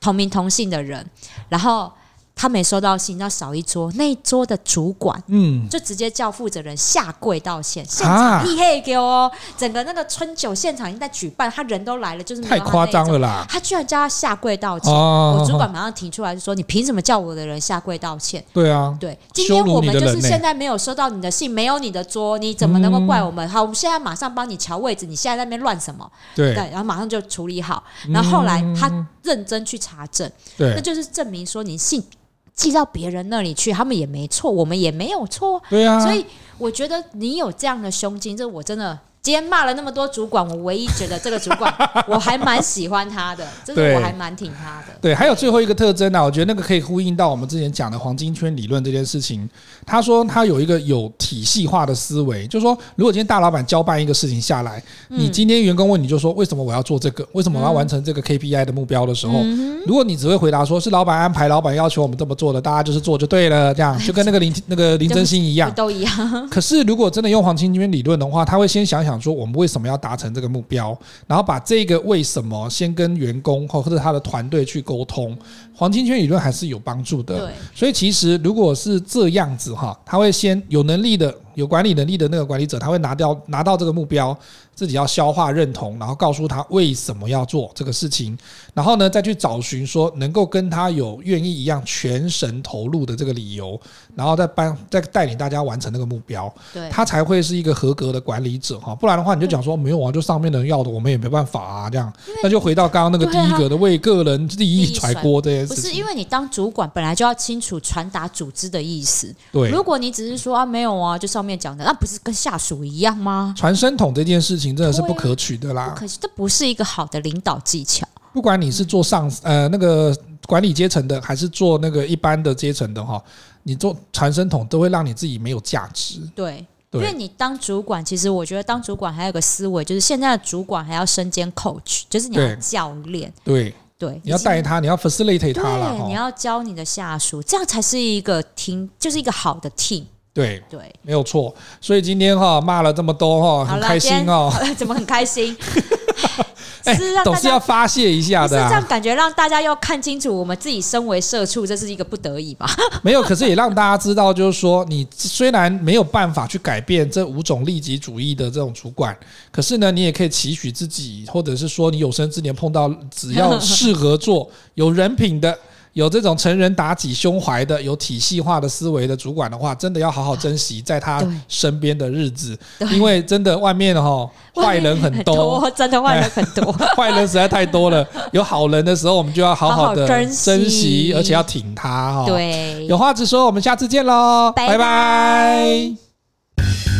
[SPEAKER 2] 同名同姓的人，然后他没收到信，那少一桌，那一桌的主管
[SPEAKER 1] 嗯，
[SPEAKER 2] 就直接叫负责人下跪道歉，现
[SPEAKER 1] 啊
[SPEAKER 2] 场嘿嘿给哦，整个那个春酒现场已经在举办，他人都来了，就是没有
[SPEAKER 1] 太
[SPEAKER 2] 让他
[SPEAKER 1] 夸
[SPEAKER 2] 那一
[SPEAKER 1] 张
[SPEAKER 2] 种
[SPEAKER 1] 了啦！
[SPEAKER 2] 他居嗯然叫他下跪道歉，
[SPEAKER 1] 哦，
[SPEAKER 2] 我主管马上提出来就说：“你凭什么叫我的人下跪道歉？”
[SPEAKER 1] 对啊，
[SPEAKER 2] 对，今
[SPEAKER 1] 羞
[SPEAKER 2] 天
[SPEAKER 1] 辱
[SPEAKER 2] 我
[SPEAKER 1] 你
[SPEAKER 2] 们
[SPEAKER 1] 的
[SPEAKER 2] 就
[SPEAKER 1] 人
[SPEAKER 2] 是
[SPEAKER 1] 呢
[SPEAKER 2] 现在没有收到你的信，没有你的桌，你怎么能够怪我们？好，我们现在马上帮你瞧位置，你现在在那边乱什么？
[SPEAKER 1] 对嗯
[SPEAKER 2] 对，然后马上就处理好。然后后来他认真去查证，那
[SPEAKER 1] 对
[SPEAKER 2] 就是证明说你信寄到别人那里去，他们也没错，我们也没有错。
[SPEAKER 1] 对啊，
[SPEAKER 2] 所以我觉得你有这样的胸襟，这我真的。今天骂了那么多主管，我唯一觉得这个主 管我还蛮喜欢他的，真的
[SPEAKER 1] 对
[SPEAKER 2] 我还蛮挺他的。
[SPEAKER 1] 对，还有最后一个特征呢、啊，我觉得那个可以呼应到我们之前讲的黄金圈理论这件事情。他说他有一个有体系化的思维，就是说，如果今天大老板交办一个事情下来，你今天员工问你就说为什么我要做这个，为什么我要完成这个 KPI 的目标的时候，如果你只会回答说是老板安排，老板要求我们这么做的，大家就是做就对了，这样就跟那个林那个林真心一样
[SPEAKER 2] 不。都一样，
[SPEAKER 1] 可是，如果真的用黄金圈理论的话，他会先想想说我们为什么要达成这个目标，然后把这个为什么先跟员工或或者他的团队去沟通。黄金圈理论还是有帮助的。
[SPEAKER 2] 对，
[SPEAKER 1] 所以其实如果是这样子哈，他会先有能力的、有管理能力的那个管理者，他会拿掉拿到这个目标，自己要消化认同，然后告诉他为什么要做这个事情，然后呢再去找寻说能够跟他有愿意一样全神投入的这个理由，然后再帮再带领大家完成那个目标，
[SPEAKER 2] 对，
[SPEAKER 1] 他才会是一个合格的管理者哈。不然的话，你就讲说没有啊，就上面的人要的，我们也没办法啊，这样那就回到刚刚那个第
[SPEAKER 2] 对
[SPEAKER 1] 一
[SPEAKER 2] 啊
[SPEAKER 1] 个的为个人利益甩锅这件
[SPEAKER 2] 不
[SPEAKER 1] 事
[SPEAKER 2] 是
[SPEAKER 1] 情，
[SPEAKER 2] 因为你当主管本来就要清楚传达组织的意思。
[SPEAKER 1] 对。
[SPEAKER 2] 如果你只是说啊没有啊，就上面讲的，那不是跟下属一样吗？
[SPEAKER 1] 传声筒这件事情真的是不可取的啦。
[SPEAKER 2] 可是这啊不是一个好的领导技巧。
[SPEAKER 1] 不管你是做上呃那个管理阶层的，还是做那个一般的阶层的哈，你做传声筒都会让你自己没有价值。
[SPEAKER 2] 对，因为
[SPEAKER 1] 对
[SPEAKER 2] 你当主管，其实我觉得当主管还有一个思维，就是现在的主管还要身兼 coach，就是你要
[SPEAKER 1] 对
[SPEAKER 2] 教练，
[SPEAKER 1] 对，
[SPEAKER 2] 对，
[SPEAKER 1] 你要
[SPEAKER 2] 已经
[SPEAKER 1] 带他，你要 facilitate
[SPEAKER 2] 对
[SPEAKER 1] 他啦。，
[SPEAKER 2] 你
[SPEAKER 1] 哈。
[SPEAKER 2] 要教你的下属，这样才是一个 team，就是一个好的 team。
[SPEAKER 1] 对，
[SPEAKER 2] 对，
[SPEAKER 1] 没有错。所以今天哈骂了这么多哈，
[SPEAKER 2] 好
[SPEAKER 1] 很
[SPEAKER 2] 啦
[SPEAKER 1] 开
[SPEAKER 2] 今
[SPEAKER 1] 心
[SPEAKER 2] 天
[SPEAKER 1] 哦。
[SPEAKER 2] 怎么很开心？
[SPEAKER 1] 哎
[SPEAKER 2] 是让，
[SPEAKER 1] 总
[SPEAKER 2] 大
[SPEAKER 1] 是
[SPEAKER 2] 家
[SPEAKER 1] 要发泄一下
[SPEAKER 2] 不是
[SPEAKER 1] 的
[SPEAKER 2] 这样
[SPEAKER 1] 啊。
[SPEAKER 2] 感觉让大家要看清楚，我们自己身为社畜，这是一个不得已吧？
[SPEAKER 1] 没有，可是也让大家知道，就是说你虽然没有办法去改变这五种利己主义的这种主管，可是呢，你也可以期许自己，或者是说你有生之年碰到只要适合做 有人品的。有这种成人妲己胸怀的、有体系化的思维的主管的话，真的要好好珍惜在他
[SPEAKER 2] 对
[SPEAKER 1] 身边的日子，
[SPEAKER 2] 对
[SPEAKER 1] 因为真的外面哈、 坏人很多，
[SPEAKER 2] 多， 真的坏人很多。
[SPEAKER 1] 坏人实在太多了。有好人的时候，我们就要好
[SPEAKER 2] 好好
[SPEAKER 1] 的
[SPEAKER 2] 珍惜
[SPEAKER 1] 珍惜，而且要挺他 哈、哦。
[SPEAKER 2] 对，
[SPEAKER 1] 有话直说，我们下次见喽，
[SPEAKER 2] 拜
[SPEAKER 1] 拜
[SPEAKER 2] 拜
[SPEAKER 1] 拜